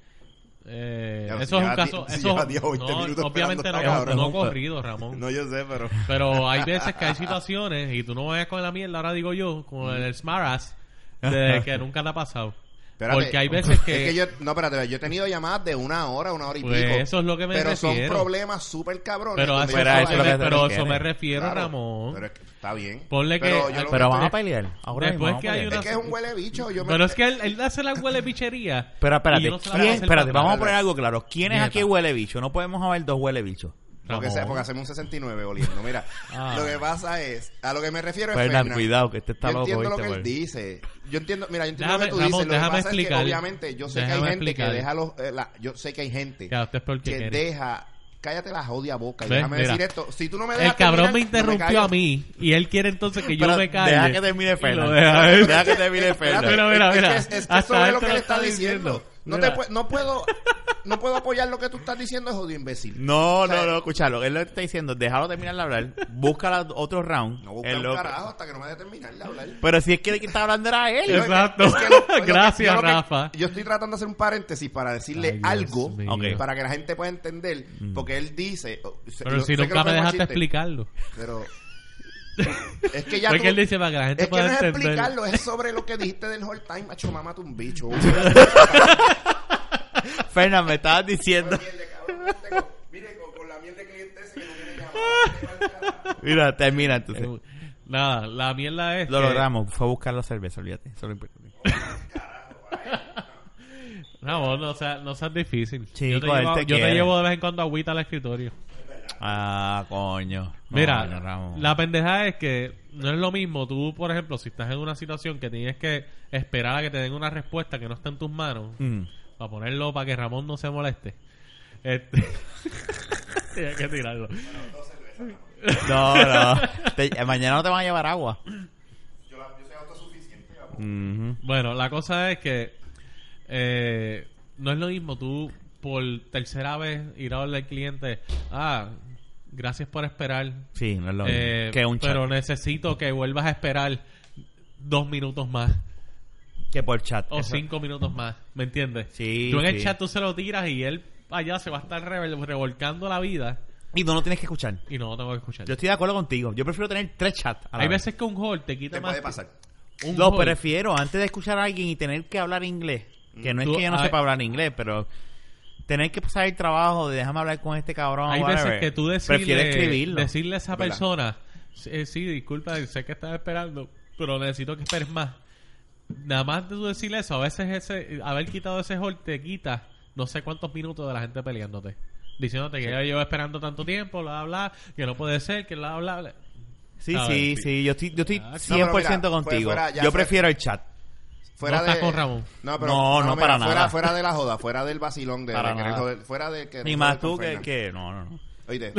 Speaker 5: eh,
Speaker 4: Ya, si
Speaker 5: eso es un
Speaker 4: lleva
Speaker 5: caso...
Speaker 4: die- si
Speaker 5: eso,
Speaker 4: lleva 10 o 20
Speaker 5: no,
Speaker 4: minutos
Speaker 5: obviamente no,
Speaker 4: esperando, está cabrón.
Speaker 5: no corrido, Ramón.
Speaker 4: No, yo sé, pero...
Speaker 5: Pero hay veces que hay situaciones y tú no vayas con la mierda, ahora digo yo, con el smart ass, de que nunca te ha pasado.
Speaker 4: Espérate.
Speaker 5: Porque hay veces que,
Speaker 4: Es que yo, no, espérate, yo he tenido llamadas de una hora, una hora y
Speaker 5: Pues
Speaker 4: pico.
Speaker 5: eso es lo que me
Speaker 4: Pero
Speaker 5: refiero.
Speaker 4: son problemas súper cabrones.
Speaker 5: pero a
Speaker 4: donde
Speaker 5: eso,
Speaker 4: yo
Speaker 3: Pero a
Speaker 4: estaba
Speaker 3: eso es lo que
Speaker 5: me-
Speaker 4: ahí.
Speaker 3: te
Speaker 5: pero a eso
Speaker 3: refieres.
Speaker 5: me refiero,
Speaker 4: Claro,
Speaker 5: Ramón.
Speaker 4: Pero es que está bien.
Speaker 5: Ponle que-
Speaker 4: Pero,
Speaker 5: ay,
Speaker 4: yo lo
Speaker 3: Pero
Speaker 4: que
Speaker 3: vamos a
Speaker 4: estoy-
Speaker 3: pelear. Ahora mismo
Speaker 5: Después
Speaker 3: vamos a
Speaker 5: que hay
Speaker 3: pelear.
Speaker 5: una-
Speaker 4: Es que es un huele bicho. Yo me-
Speaker 5: Pero es que él, él hace la huele bichería.
Speaker 3: Pero
Speaker 5: y
Speaker 3: espérate,
Speaker 5: yo no se la voy a
Speaker 3: ¿quién-
Speaker 5: hacer
Speaker 3: espérate,
Speaker 5: para
Speaker 3: vamos a
Speaker 5: atrás.
Speaker 3: poner algo claro. ¿Quién es
Speaker 5: Nieta.
Speaker 3: aquí huele bicho? No podemos haber dos huele bichos.
Speaker 4: Porque,
Speaker 5: Ramón.
Speaker 4: se- porque hacemos un 69 oliendo. Mira,
Speaker 5: Ah.
Speaker 4: lo que pasa es. A lo que me refiero es.
Speaker 3: Fernan,
Speaker 4: Fernan.
Speaker 3: cuidado, que este está
Speaker 4: yo
Speaker 3: loco,
Speaker 4: entiendo lo
Speaker 3: ¿viste,
Speaker 4: que él
Speaker 3: güey?
Speaker 4: dice. Yo entiendo. Mira, yo entiendo
Speaker 5: Déjame-
Speaker 4: lo que tú dices.
Speaker 5: Ramón,
Speaker 4: Lo que
Speaker 5: déjame
Speaker 4: pasa es
Speaker 5: explicar.
Speaker 4: que, obviamente, yo sé que
Speaker 5: Déjame
Speaker 4: hay gente
Speaker 5: explicar.
Speaker 4: que deja los. eh, la- yo sé que hay gente
Speaker 5: Ya, usted es peor que
Speaker 4: que
Speaker 5: quiere.
Speaker 4: deja. Cállate la jodia boca. y
Speaker 5: Ve,
Speaker 4: déjame
Speaker 5: mira.
Speaker 4: decir esto. Si tú no me dejas.
Speaker 5: El cabrón
Speaker 4: terminar,
Speaker 5: me
Speaker 4: no
Speaker 5: interrumpió
Speaker 4: calles.
Speaker 5: a mí y él quiere entonces que yo
Speaker 3: Pero
Speaker 5: me calle.
Speaker 3: Deja que termine Fernan.
Speaker 5: Lo deja a él.
Speaker 3: Deja que termine
Speaker 4: Espérate,
Speaker 3: Fernan.
Speaker 5: Mira, mira,
Speaker 4: es que-
Speaker 5: mira.
Speaker 4: Es, es que
Speaker 5: Hasta
Speaker 4: eso es
Speaker 5: esto
Speaker 4: lo que
Speaker 5: lo
Speaker 4: él
Speaker 5: está
Speaker 4: está
Speaker 5: diciendo.
Speaker 4: diciendo. No, te
Speaker 5: Mira.
Speaker 4: pue- no puedo no puedo apoyar lo que tú estás diciendo, jodido imbécil.
Speaker 3: No,
Speaker 4: sea,
Speaker 3: no, no, escúchalo. Él lo que está diciendo, déjalo terminar de hablar. Busca la- otro round.
Speaker 4: No busca
Speaker 3: Él
Speaker 4: un
Speaker 3: lo-
Speaker 4: carajo hasta que no me deje terminar de hablar.
Speaker 3: Pero si es que el que está hablando era él.
Speaker 5: Es- Exacto.
Speaker 4: Es que lo- lo que-
Speaker 5: Gracias,
Speaker 4: yo lo que-
Speaker 5: Rafa.
Speaker 4: Yo estoy tratando de hacer un paréntesis para decirle
Speaker 5: Ay, Dios
Speaker 4: algo
Speaker 5: mío. Mm.
Speaker 3: Ok.
Speaker 4: para que la gente pueda entender. Porque él dice. oh, sé-
Speaker 5: Pero
Speaker 4: yo
Speaker 5: si
Speaker 4: sé que
Speaker 5: nunca
Speaker 4: lo
Speaker 5: me
Speaker 4: fue un
Speaker 5: dejaste
Speaker 4: chiste,
Speaker 5: explicarlo.
Speaker 4: Pero Es que ya
Speaker 5: Porque
Speaker 4: tú-
Speaker 5: él dice para que la gente
Speaker 4: Es que
Speaker 5: pueda
Speaker 4: no es
Speaker 5: entender.
Speaker 4: explicarlo, es sobre lo que dijiste del whole time, macho, mamate un bicho.
Speaker 3: Fernan, me estabas diciendo.
Speaker 4: Mire, con, la miel de cliente ese que no tiene
Speaker 3: Mira, termina entonces.
Speaker 5: Eh, Nada, la mierda es.
Speaker 3: Lo
Speaker 5: que-
Speaker 3: logramos. Fue a buscar la cerveza, olvídate. Eso es lo importante.
Speaker 5: No, vos no seas, no seas difícil.
Speaker 3: Chico,
Speaker 5: yo te,
Speaker 3: él
Speaker 5: llevo,
Speaker 3: te
Speaker 5: yo te
Speaker 3: quiere.
Speaker 5: llevo de vez en cuando agüita al escritorio.
Speaker 3: Ah, coño.
Speaker 5: Mira,
Speaker 3: Coño, Ramón.
Speaker 5: la pendeja es que no es lo mismo. Tú, por ejemplo, si estás en una situación que tienes que esperar a que te den una respuesta que no está en tus manos,
Speaker 3: Mm.
Speaker 5: para ponerlo para que Ramón no se moleste. Este... Tienes que tirarlo.
Speaker 3: No, no. Te- eh, mañana no te van a llevar agua.
Speaker 4: Yo, soy autosuficiente.
Speaker 3: Ujú.
Speaker 5: Bueno, la cosa es que eh, no es lo mismo tú por tercera vez ir a hablar al cliente, ah, gracias por esperar,
Speaker 3: Sí, no es lo mismo.
Speaker 5: eh,
Speaker 3: que un chat.
Speaker 5: pero necesito que vuelvas a esperar dos minutos más
Speaker 3: Que por chat.
Speaker 5: o
Speaker 3: Eso-
Speaker 5: cinco minutos más, ¿me entiendes?
Speaker 3: Sí,
Speaker 5: tú en el
Speaker 3: sí.
Speaker 5: chat tú se lo tiras y él allá se va a estar revel- revolcando la vida
Speaker 3: Y tú no tienes que escuchar.
Speaker 5: y no lo tengo que escuchar.
Speaker 3: Yo estoy de acuerdo contigo. Yo prefiero tener tres chats. a la
Speaker 5: Hay
Speaker 3: vez.
Speaker 5: veces que un hall te quita
Speaker 4: Te
Speaker 5: más.
Speaker 4: puede pasar.
Speaker 5: un
Speaker 3: No,
Speaker 5: hold.
Speaker 3: pero prefiero antes de escuchar a alguien y tener que hablar inglés. Que no es
Speaker 5: Tú-
Speaker 3: que yo no
Speaker 5: hay-
Speaker 3: sepa hablar inglés, pero tener que pasar el trabajo de déjame hablar con este cabrón.
Speaker 5: Hay
Speaker 3: whatever.
Speaker 5: veces que tú
Speaker 3: Prefiero
Speaker 5: decirle,
Speaker 3: escribirlo.
Speaker 5: decirle a esa
Speaker 4: ¿Verdad?
Speaker 5: persona, sí, eh, sí, disculpa, sé que estás esperando, pero necesito que esperes más. Nada más de tú decirle eso, a veces ese, haber quitado ese hold te quita no sé cuántos minutos de la gente peleándote. Diciéndote que ya llevo esperando tanto tiempo, bla, bla, que no puede ser, que bla, bla, bla.
Speaker 3: Sí,
Speaker 5: A
Speaker 3: sí,
Speaker 5: ver, sí.
Speaker 3: sí. Yo estoy, yo estoy
Speaker 5: Ah,
Speaker 3: 100%
Speaker 4: no, pero mira, fue-
Speaker 3: contigo.
Speaker 4: fuera, ya
Speaker 3: yo
Speaker 4: fue-
Speaker 3: prefiero el chat.
Speaker 5: No estás con Ramón.
Speaker 4: No, pero,
Speaker 3: No, no, para
Speaker 4: fuera,
Speaker 3: nada.
Speaker 4: Fuera de la joda, fuera del vacilón de,
Speaker 3: Para
Speaker 4: de querer
Speaker 3: nada.
Speaker 4: joder, fuera de que
Speaker 3: Ni más tú que, que- No, no, no.
Speaker 4: Oíste,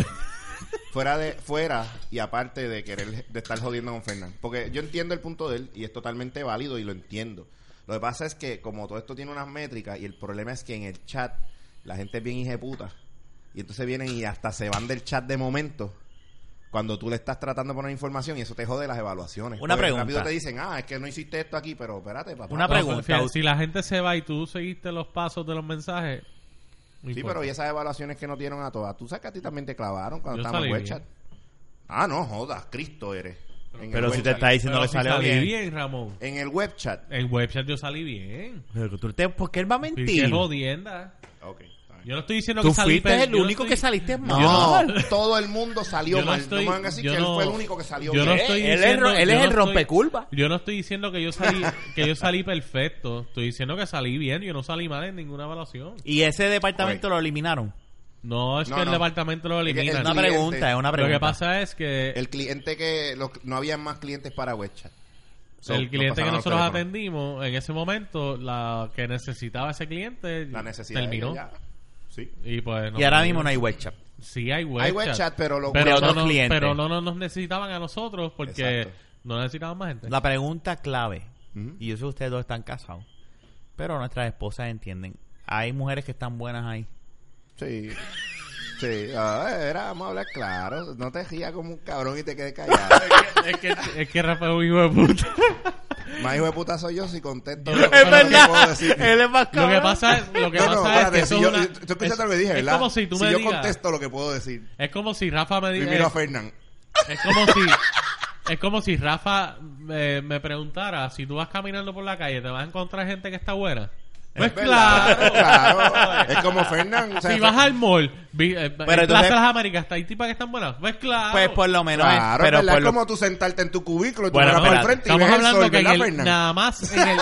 Speaker 4: fuera de fuera y aparte de querer de estar jodiendo con Fernán, porque yo entiendo el punto de él y es totalmente válido y lo entiendo. Lo que pasa es que como todo esto tiene unas métricas y el problema es que en el chat la gente es bien hijeputa y entonces vienen y hasta se van del chat de momento cuando tú le estás tratando de poner información y eso te jode las evaluaciones.
Speaker 3: Una
Speaker 4: Porque
Speaker 3: pregunta.
Speaker 4: Rápido te dicen, "Ah, es que no hiciste esto aquí, pero espérate, papá."
Speaker 3: Una pregunta.
Speaker 5: Fíjate, si la gente se va y tú seguiste los pasos de los mensajes. no
Speaker 4: Sí,
Speaker 5: importa.
Speaker 4: pero y esas evaluaciones que no dieron a todas. Tú sabes que a ti también te clavaron cuando
Speaker 5: Yo
Speaker 4: estábamos en
Speaker 5: salí
Speaker 4: WeChat. Ah, no, jodas, Cristo eres. En el
Speaker 3: Pero si te
Speaker 4: webchat.
Speaker 3: está diciendo
Speaker 5: Pero
Speaker 3: que
Speaker 5: si
Speaker 3: salió
Speaker 5: salí
Speaker 3: bien.
Speaker 5: bien, Ramón.
Speaker 4: En el webchat.
Speaker 5: En webchat yo salí bien.
Speaker 3: Pero tú te, ¿Por qué él va a
Speaker 5: Y qué
Speaker 3: mentir?
Speaker 5: jodienda.
Speaker 4: Ok. está bien.
Speaker 5: Yo no estoy diciendo
Speaker 3: Tú
Speaker 5: que salí
Speaker 3: fuiste
Speaker 5: per-
Speaker 3: el
Speaker 5: yo no
Speaker 3: único
Speaker 5: estoy-
Speaker 3: que saliste mal.
Speaker 4: No, todo el mundo salió
Speaker 5: Yo no
Speaker 4: mal.
Speaker 5: estoy-
Speaker 4: no me van a decir
Speaker 5: yo
Speaker 4: que él
Speaker 5: no-
Speaker 4: fue el único que salió
Speaker 5: yo no
Speaker 4: mal.
Speaker 5: estoy
Speaker 3: Él es
Speaker 5: diciendo-
Speaker 3: ro- él
Speaker 5: yo
Speaker 3: es
Speaker 5: no
Speaker 3: el
Speaker 5: estoy-
Speaker 3: rompeculpa.
Speaker 5: Yo no estoy diciendo que yo salí que yo salí perfecto, estoy diciendo que salí bien, yo no salí mal en ninguna evaluación.
Speaker 3: Y ese departamento
Speaker 4: Ok.
Speaker 3: lo eliminaron.
Speaker 5: No, es
Speaker 4: No,
Speaker 5: que el
Speaker 4: no.
Speaker 5: departamento lo
Speaker 4: Es que
Speaker 5: elimina.
Speaker 4: el
Speaker 3: Una
Speaker 4: cliente.
Speaker 3: pregunta, es una
Speaker 5: Lo
Speaker 3: pregunta.
Speaker 5: que pasa es que
Speaker 4: El cliente que... los- no habían más clientes para webchat. So,
Speaker 5: el
Speaker 4: nos
Speaker 5: cliente que
Speaker 4: pasaron los
Speaker 5: nosotros
Speaker 4: teléfonos.
Speaker 5: atendimos en ese momento, la que necesitaba ese cliente
Speaker 4: La necesidad de
Speaker 5: terminó.
Speaker 4: ellos ya. Sí.
Speaker 5: Y pues
Speaker 3: y ahora
Speaker 5: podía.
Speaker 3: mismo no hay web chat.
Speaker 5: Sí hay webchat.
Speaker 4: Hay webchat, pero los
Speaker 5: pero,
Speaker 3: otros
Speaker 5: no, nos-
Speaker 3: clientes.
Speaker 5: pero no, no nos necesitaban a nosotros porque
Speaker 4: Exacto.
Speaker 5: no necesitaban más gente.
Speaker 3: La pregunta clave,
Speaker 4: Ujú.
Speaker 3: y yo sé que ustedes dos están casados, pero nuestras esposas entienden. Hay mujeres que están buenas ahí.
Speaker 4: Sí. Sí. Ah, era, vamos a hablar claro. No te rías como un cabrón y te quedes callado.
Speaker 5: es que, es que Rafa es un hijo de puta.
Speaker 4: Más hijo de puta soy yo si contesto.
Speaker 5: Es
Speaker 4: lo que puedo decir.
Speaker 3: es más
Speaker 5: Lo que pasa es, lo que
Speaker 4: No,
Speaker 5: pasa
Speaker 4: no,
Speaker 5: es que
Speaker 4: espérate,
Speaker 5: eso
Speaker 4: si
Speaker 5: es
Speaker 4: yo,
Speaker 5: una-
Speaker 4: tú escuchaste
Speaker 5: es-
Speaker 4: lo que dije,
Speaker 5: es
Speaker 4: ¿verdad?
Speaker 5: como si tú
Speaker 4: Si
Speaker 5: me
Speaker 4: yo
Speaker 5: digas- eh,
Speaker 4: contesto lo que puedo decir.
Speaker 5: Es como si Rafa me diga.
Speaker 4: Primero a Fernán.
Speaker 5: Es como si. Es como si Rafa eh, me preguntara si tú vas caminando por la calle, ¿te vas a encontrar gente que está buena? Pues
Speaker 4: Es verdad,
Speaker 5: claro.
Speaker 4: claro. Es como Fernán. o sea,
Speaker 5: Si vas al mall, vi, eh, en
Speaker 3: entonces-
Speaker 5: Plaza de las Américas, ¿hay tipas que están buenas? Pues claro.
Speaker 3: Pues por lo menos. es-
Speaker 4: Claro,
Speaker 3: pero
Speaker 4: es verdad,
Speaker 3: por
Speaker 4: es
Speaker 3: lo-
Speaker 4: como tú sentarte en tu cubículo y tú
Speaker 3: Bueno,
Speaker 4: miras por el
Speaker 3: espérate,
Speaker 4: frente y
Speaker 5: Estamos
Speaker 4: ves el
Speaker 5: hablando
Speaker 4: sol,
Speaker 5: que en
Speaker 4: ¿verdad,
Speaker 5: el-
Speaker 4: Fernán?
Speaker 5: nada más en el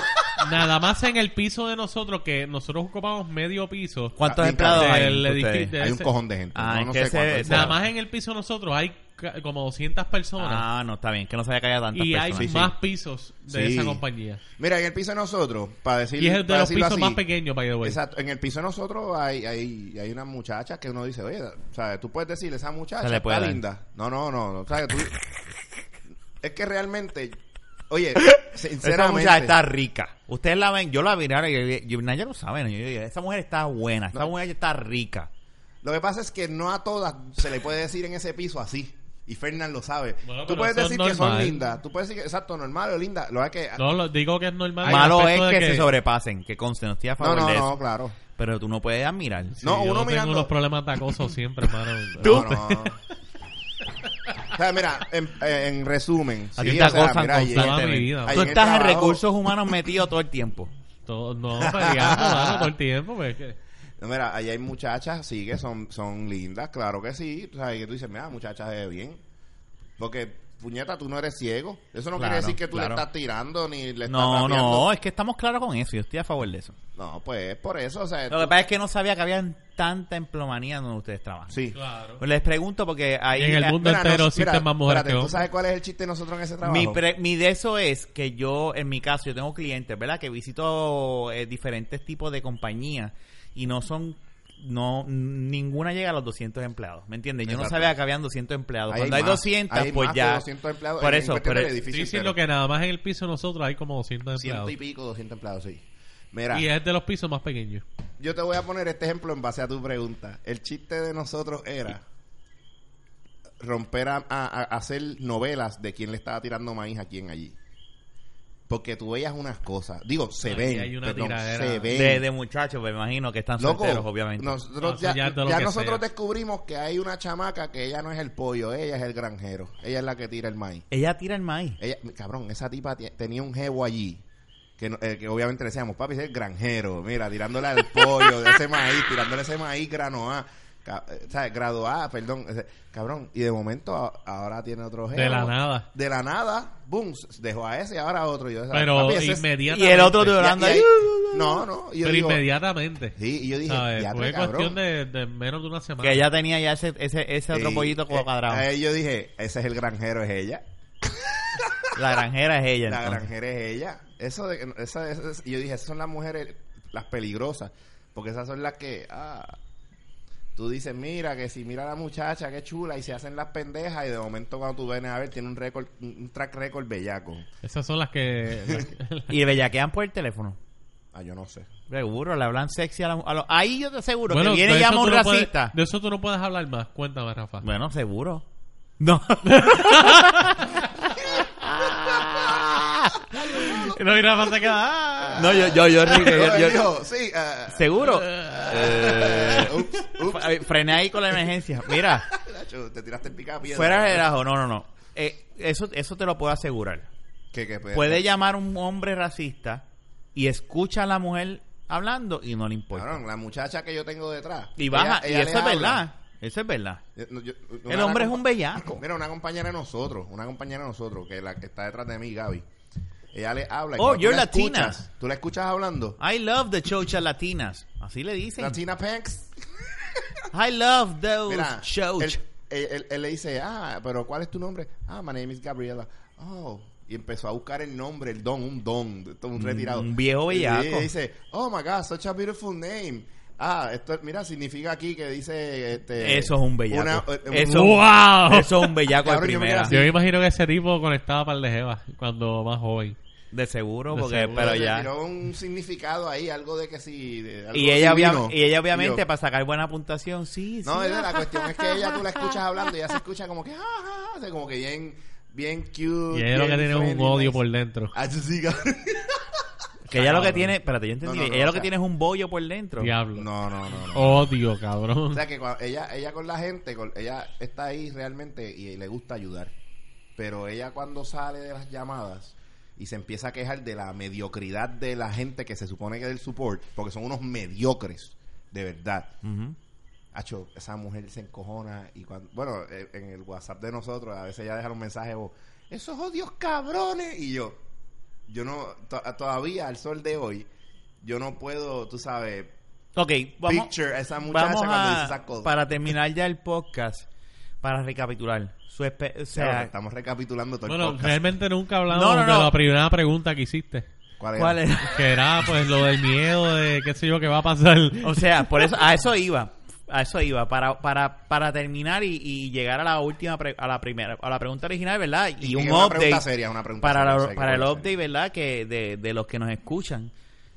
Speaker 5: nada más en el piso de nosotros que nosotros ocupamos medio piso.
Speaker 3: ¿Cuántos
Speaker 4: Ah,
Speaker 3: empleados hay?
Speaker 5: del
Speaker 3: ustedes?
Speaker 5: edificio- de
Speaker 4: Hay un
Speaker 5: ese-
Speaker 4: cojón de gente.
Speaker 3: Ah,
Speaker 4: no,
Speaker 3: es
Speaker 4: no
Speaker 3: que
Speaker 4: sé cuánto
Speaker 3: ese-
Speaker 4: es.
Speaker 5: Nada más en el piso de nosotros hay ca- como 200 personas.
Speaker 3: Ah, no, está bien, que no se haya caído tantas
Speaker 5: y hay
Speaker 3: personas.
Speaker 4: sí.
Speaker 5: más pisos de
Speaker 4: Sí.
Speaker 5: esa compañía.
Speaker 4: Mira, en el piso de nosotros, para decir
Speaker 5: Y es de
Speaker 4: para
Speaker 5: los
Speaker 4: decirlo
Speaker 5: pisos
Speaker 4: así,
Speaker 5: más pequeños, by the
Speaker 3: Pues.
Speaker 5: way.
Speaker 4: Exacto, en el piso de nosotros hay, hay, hay unas muchachas que uno dice, oye, ¿sabes? Tú puedes decirle, esa muchacha
Speaker 3: Se le puede
Speaker 4: está
Speaker 3: dar.
Speaker 4: linda. No, no, no, no, ¿sabes? Tú... es que realmente, oye,
Speaker 3: Esa
Speaker 4: sinceramente.
Speaker 3: muchacha está rica. Ustedes la ven, yo la vi, ahora, y yo, Naya lo sabe. ¿no? Yo, yo, esa mujer está buena, esa
Speaker 4: No.
Speaker 3: mujer está rica.
Speaker 4: Lo que pasa es que no a todas se le puede decir en ese piso así. Y Fernán lo sabe.
Speaker 5: Bueno,
Speaker 4: tú
Speaker 5: pero
Speaker 4: puedes
Speaker 5: eso es
Speaker 4: decir que son
Speaker 5: normal.
Speaker 4: lindas. Tú puedes decir que, exacto, normal o linda. Lo que es que.
Speaker 5: No, lo- digo que es normal. en el
Speaker 3: Malo es
Speaker 5: aspecto
Speaker 3: que,
Speaker 5: de
Speaker 3: se sobrepasen, que conste, no estoy a
Speaker 4: No,
Speaker 3: favor
Speaker 4: no,
Speaker 3: de eso.
Speaker 4: no, claro.
Speaker 3: Pero tú no puedes admirar.
Speaker 5: Sí,
Speaker 4: No,
Speaker 5: yo
Speaker 4: uno
Speaker 5: tengo
Speaker 4: mirando-
Speaker 5: unos problemas de acoso siempre, hermano.
Speaker 4: No, no. sea, mira, en, en resumen.
Speaker 3: A ti te
Speaker 4: o sea,
Speaker 3: acosan
Speaker 4: mira,
Speaker 5: Toda
Speaker 3: constantemente.
Speaker 5: mi vida.
Speaker 4: Ahí
Speaker 3: Tú
Speaker 4: en el
Speaker 3: estás en
Speaker 4: trabajo-
Speaker 3: recursos humanos metido todo el tiempo.
Speaker 5: Todo- no, peleando, mano, todo el tiempo. Pues, que-
Speaker 4: No, mira, allá hay muchachas, sí, que son, son lindas, claro que sí. O sea, y que tú dices, mira, muchachas, es bien. Porque, puñeta, tú no eres ciego. Eso no quiere
Speaker 3: Claro,
Speaker 4: decir que tú
Speaker 3: claro.
Speaker 4: le estás tirando ni le estás
Speaker 3: No,
Speaker 4: rapeando.
Speaker 3: no, es que estamos claros con eso. Yo estoy a favor de eso.
Speaker 4: No, pues, por eso, o sea...
Speaker 3: Lo que
Speaker 4: tú-
Speaker 3: pasa es que no sabía que había tanta emplomanía donde ustedes trabajan.
Speaker 4: Sí.
Speaker 5: claro.
Speaker 3: Pues les pregunto porque ahí...
Speaker 5: En el
Speaker 3: la-
Speaker 5: mundo entero
Speaker 4: no-
Speaker 5: sí están más mujeres
Speaker 4: espérate,
Speaker 5: que
Speaker 4: ¿tú
Speaker 5: hombres.
Speaker 4: sabes cuál es el chiste de nosotros en ese trabajo?
Speaker 3: Mi, pre- mi de eso es que yo, en mi caso, yo tengo clientes, ¿verdad? Que visito eh, diferentes tipos de compañías y no son, no, ninguna llega a los 200 empleados, ¿me entiendes? Yo
Speaker 4: Exacto.
Speaker 3: no sabía que habían 200 empleados.
Speaker 4: Ahí
Speaker 3: Cuando hay
Speaker 4: más,
Speaker 3: 200,
Speaker 4: ahí
Speaker 3: pues
Speaker 4: más que
Speaker 3: ya.
Speaker 4: 200 empleados
Speaker 3: Por
Speaker 4: en- en
Speaker 3: eso,
Speaker 4: cuestión
Speaker 3: pero-
Speaker 4: del
Speaker 5: Estoy
Speaker 4: edificio entero.
Speaker 5: diciendo que nada más en el piso nosotros hay como 200
Speaker 4: Ciento
Speaker 5: empleados.
Speaker 4: y pico, 200 empleados, sí. Mira,
Speaker 5: Y es de los pisos más pequeños.
Speaker 4: yo te voy a poner este ejemplo en base a tu pregunta. El chiste de nosotros era romper a, a- a hacer novelas de quién le estaba tirando maíz a quién allí. Porque tú veías unas cosas. Digo, se
Speaker 5: Aquí
Speaker 4: ven.
Speaker 5: hay una
Speaker 4: perdón,
Speaker 5: tiradera
Speaker 4: se ven.
Speaker 3: De, de muchachos, me imagino que están
Speaker 4: Loco,
Speaker 3: solteros, obviamente.
Speaker 5: No,
Speaker 4: Nosotros
Speaker 5: eso
Speaker 4: ya,
Speaker 5: ya es de lo
Speaker 4: ya
Speaker 5: que
Speaker 4: nosotros
Speaker 5: sea.
Speaker 4: descubrimos que hay una chamaca que ella no es el pollo, ella es el granjero. Ella es la que tira el maíz.
Speaker 3: Ella tira el maíz.
Speaker 4: Ella, cabrón, esa tipa tie- tenía un jevo allí. Que, no- eh, que obviamente le decíamos, papi, ese es el granjero. Mira, tirándole al pollo, de ese maíz, tirándole ese maíz grano A. Ca- eh, ¿sabes? Grado A, perdón. ese- cabrón, y de momento a- ahora tiene otro jevo.
Speaker 5: De la nada.
Speaker 4: De la nada, boom, s- dejó a ese y ahora a otro. Y yo,
Speaker 5: Pero
Speaker 4: papi, ese es-
Speaker 5: inmediatamente.
Speaker 3: Y el otro
Speaker 4: y- y-
Speaker 3: llorando
Speaker 4: y-
Speaker 3: ahí.
Speaker 4: No, no. y yo
Speaker 5: Pero
Speaker 4: digo,
Speaker 5: inmediatamente.
Speaker 4: Sí, y yo dije,
Speaker 5: ¿sabes?
Speaker 4: "Diatre,
Speaker 5: Fue cuestión
Speaker 4: cabrón".
Speaker 5: de, de menos de una semana.
Speaker 3: Que ella tenía ya ese, ese, ese otro
Speaker 4: Y,
Speaker 3: pollito
Speaker 4: eh,
Speaker 3: cuadrado.
Speaker 4: ahí yo dije, ese es el granjero, es ella.
Speaker 3: la granjera es ella.
Speaker 4: La
Speaker 3: entonces.
Speaker 4: granjera es ella. Eso de, esa, esa- esa- y yo dije, esas son las mujeres, las peligrosas. Porque esas son las que, ah, tú dices, mira, que si mira a la muchacha, qué chula, y se hacen las pendejas, y de momento cuando tú vienes a ver, tiene un récord, un track récord bellaco.
Speaker 5: Esas son las que... las que-
Speaker 3: Y bellaquean por el teléfono.
Speaker 4: Ah, yo no sé.
Speaker 3: Seguro, le hablan sexy a, la- a los... Ahí yo te aseguro
Speaker 5: Bueno,
Speaker 3: que
Speaker 5: de
Speaker 3: viene y
Speaker 5: eso
Speaker 3: llama
Speaker 5: tú
Speaker 3: un
Speaker 5: no puedes-
Speaker 3: racista.
Speaker 5: de eso tú no puedes hablar más. Cuéntame, Rafa.
Speaker 3: Bueno, seguro. No.
Speaker 5: No, y Rafa se queda... "Ah".
Speaker 3: No, yo, yo, yo, Enrique, yo- yo-
Speaker 4: Él dijo, sí, ah,
Speaker 3: seguro.
Speaker 4: eh, ups, ups,
Speaker 3: F- Frené ahí con la emergencia. Mira,
Speaker 4: Nacho, te tiraste el pica piedra.
Speaker 3: fuera de ajo, no, no, no. Eh, eso, eso te lo puedo asegurar.
Speaker 4: Que- que puede-
Speaker 3: Puede llamar un hombre racista y escucha a la mujer hablando y no le importa.
Speaker 4: Cabrón, la muchacha que yo tengo detrás.
Speaker 3: Y baja,
Speaker 4: ella- ella
Speaker 3: y eso
Speaker 4: le
Speaker 3: es
Speaker 4: habla.
Speaker 3: verdad. Eso es verdad.
Speaker 4: Yo- no, yo- una-
Speaker 3: El hombre es
Speaker 4: una
Speaker 3: un bellaco.
Speaker 4: Mira, una compañera de nosotros, una compañera de nosotros, que la que está detrás de mí, Gaby. Ella le habla. y
Speaker 3: Oh,
Speaker 4: cuando tú
Speaker 3: you're
Speaker 4: la
Speaker 3: Latina. Ah,
Speaker 4: escuchas, tú la escuchas hablando.
Speaker 3: I love the chochas latinas. Así le dicen.
Speaker 4: Latina Panks.
Speaker 3: I love those
Speaker 4: Mira,
Speaker 3: chochas.
Speaker 4: Él, él- él- él le dice, ah, pero ¿cuál es tu nombre? Ah, my name is Gabriela. Oh. Y empezó a buscar el nombre, el don, un don, esto es un retirado.
Speaker 3: Mm, un viejo
Speaker 4: Y
Speaker 3: bellaco.
Speaker 4: ella dice, oh my God, such a beautiful name. Ah, esto, mira, significa aquí que dice... Este,
Speaker 3: Eso es un bellaco.
Speaker 4: una- eh, un-
Speaker 3: Eso-
Speaker 5: ¡Wow!
Speaker 3: Eso es un bellaco de
Speaker 4: Cabrón, yo me quedé
Speaker 3: primera.
Speaker 4: así.
Speaker 5: Yo me imagino que ese tipo conectaba para el de Jeva cuando más joven.
Speaker 3: De seguro,
Speaker 5: De
Speaker 3: porque,
Speaker 5: seguro,
Speaker 3: pero
Speaker 4: Le
Speaker 3: ya.
Speaker 4: tiró un significado ahí, algo de que sí. de- algo
Speaker 3: Y ella,
Speaker 4: divino.
Speaker 3: obvia- y ella obviamente
Speaker 4: Y yo,
Speaker 3: para sacar buena puntuación, sí,
Speaker 4: no,
Speaker 3: sí.
Speaker 4: es de la cuestión es que ella tú la escuchas hablando y ella se escucha como que, "Ah, ah", o sea, como que bien, bien cute.
Speaker 5: Y ella lo que
Speaker 4: bien
Speaker 5: tiene es un
Speaker 4: friendly,
Speaker 5: odio
Speaker 4: nice.
Speaker 5: por dentro.
Speaker 4: Ah, sí, sí, cabrón.
Speaker 3: que ella lo que
Speaker 5: Cabrón.
Speaker 3: tiene, espérate, yo entendí,
Speaker 4: No, no, no,
Speaker 3: ella lo
Speaker 4: o
Speaker 3: que
Speaker 4: sea-
Speaker 3: tiene es un bollo por dentro.
Speaker 5: Diablo.
Speaker 4: No, no, no. no.
Speaker 5: Odio,
Speaker 4: O
Speaker 5: cabrón.
Speaker 4: sea que cuando ella, ella con la gente, con- ella está ahí realmente y le gusta ayudar. Pero ella cuando sale de las llamadas y se empieza a quejar de la mediocridad de la gente que se supone que es del support, porque son unos mediocres, de verdad.
Speaker 3: Ujú.
Speaker 4: Acho, esa mujer se encojona y cuando, bueno, eh, en el WhatsApp de nosotros a veces ya dejaron mensajes vos, "Oh, esos odios cabrones y yo, yo no, to- todavía al sol de hoy, yo no puedo, tú sabes,
Speaker 3: Ok, vamos,
Speaker 4: picture a esa muchacha
Speaker 3: vamos
Speaker 4: cuando dice
Speaker 3: a,
Speaker 4: esas cosas.
Speaker 3: para terminar ya el podcast, para recapitular. Su espe- o
Speaker 4: Claro,
Speaker 3: sea,
Speaker 4: estamos recapitulando todo el
Speaker 5: Bueno,
Speaker 4: podcast.
Speaker 5: realmente nunca hablamos
Speaker 3: No, no,
Speaker 5: de
Speaker 3: no.
Speaker 5: la primera pregunta que hiciste.
Speaker 4: ¿Cuál era?
Speaker 3: ¿cuál es?
Speaker 5: Que era, pues, lo del miedo de qué sé yo que va a pasar.
Speaker 3: O sea, por eso, a eso iba, a eso iba, para, para, para terminar y, y llegar a la última, pre- a la primera, a la pregunta original, ¿verdad? Y, un
Speaker 4: es una pregunta
Speaker 3: update.
Speaker 4: seria, una pregunta
Speaker 3: para,
Speaker 4: seria,
Speaker 3: la-
Speaker 4: o sea, que
Speaker 3: para el
Speaker 4: puede ser.
Speaker 3: update, ¿verdad? Que de, de los que nos escuchan.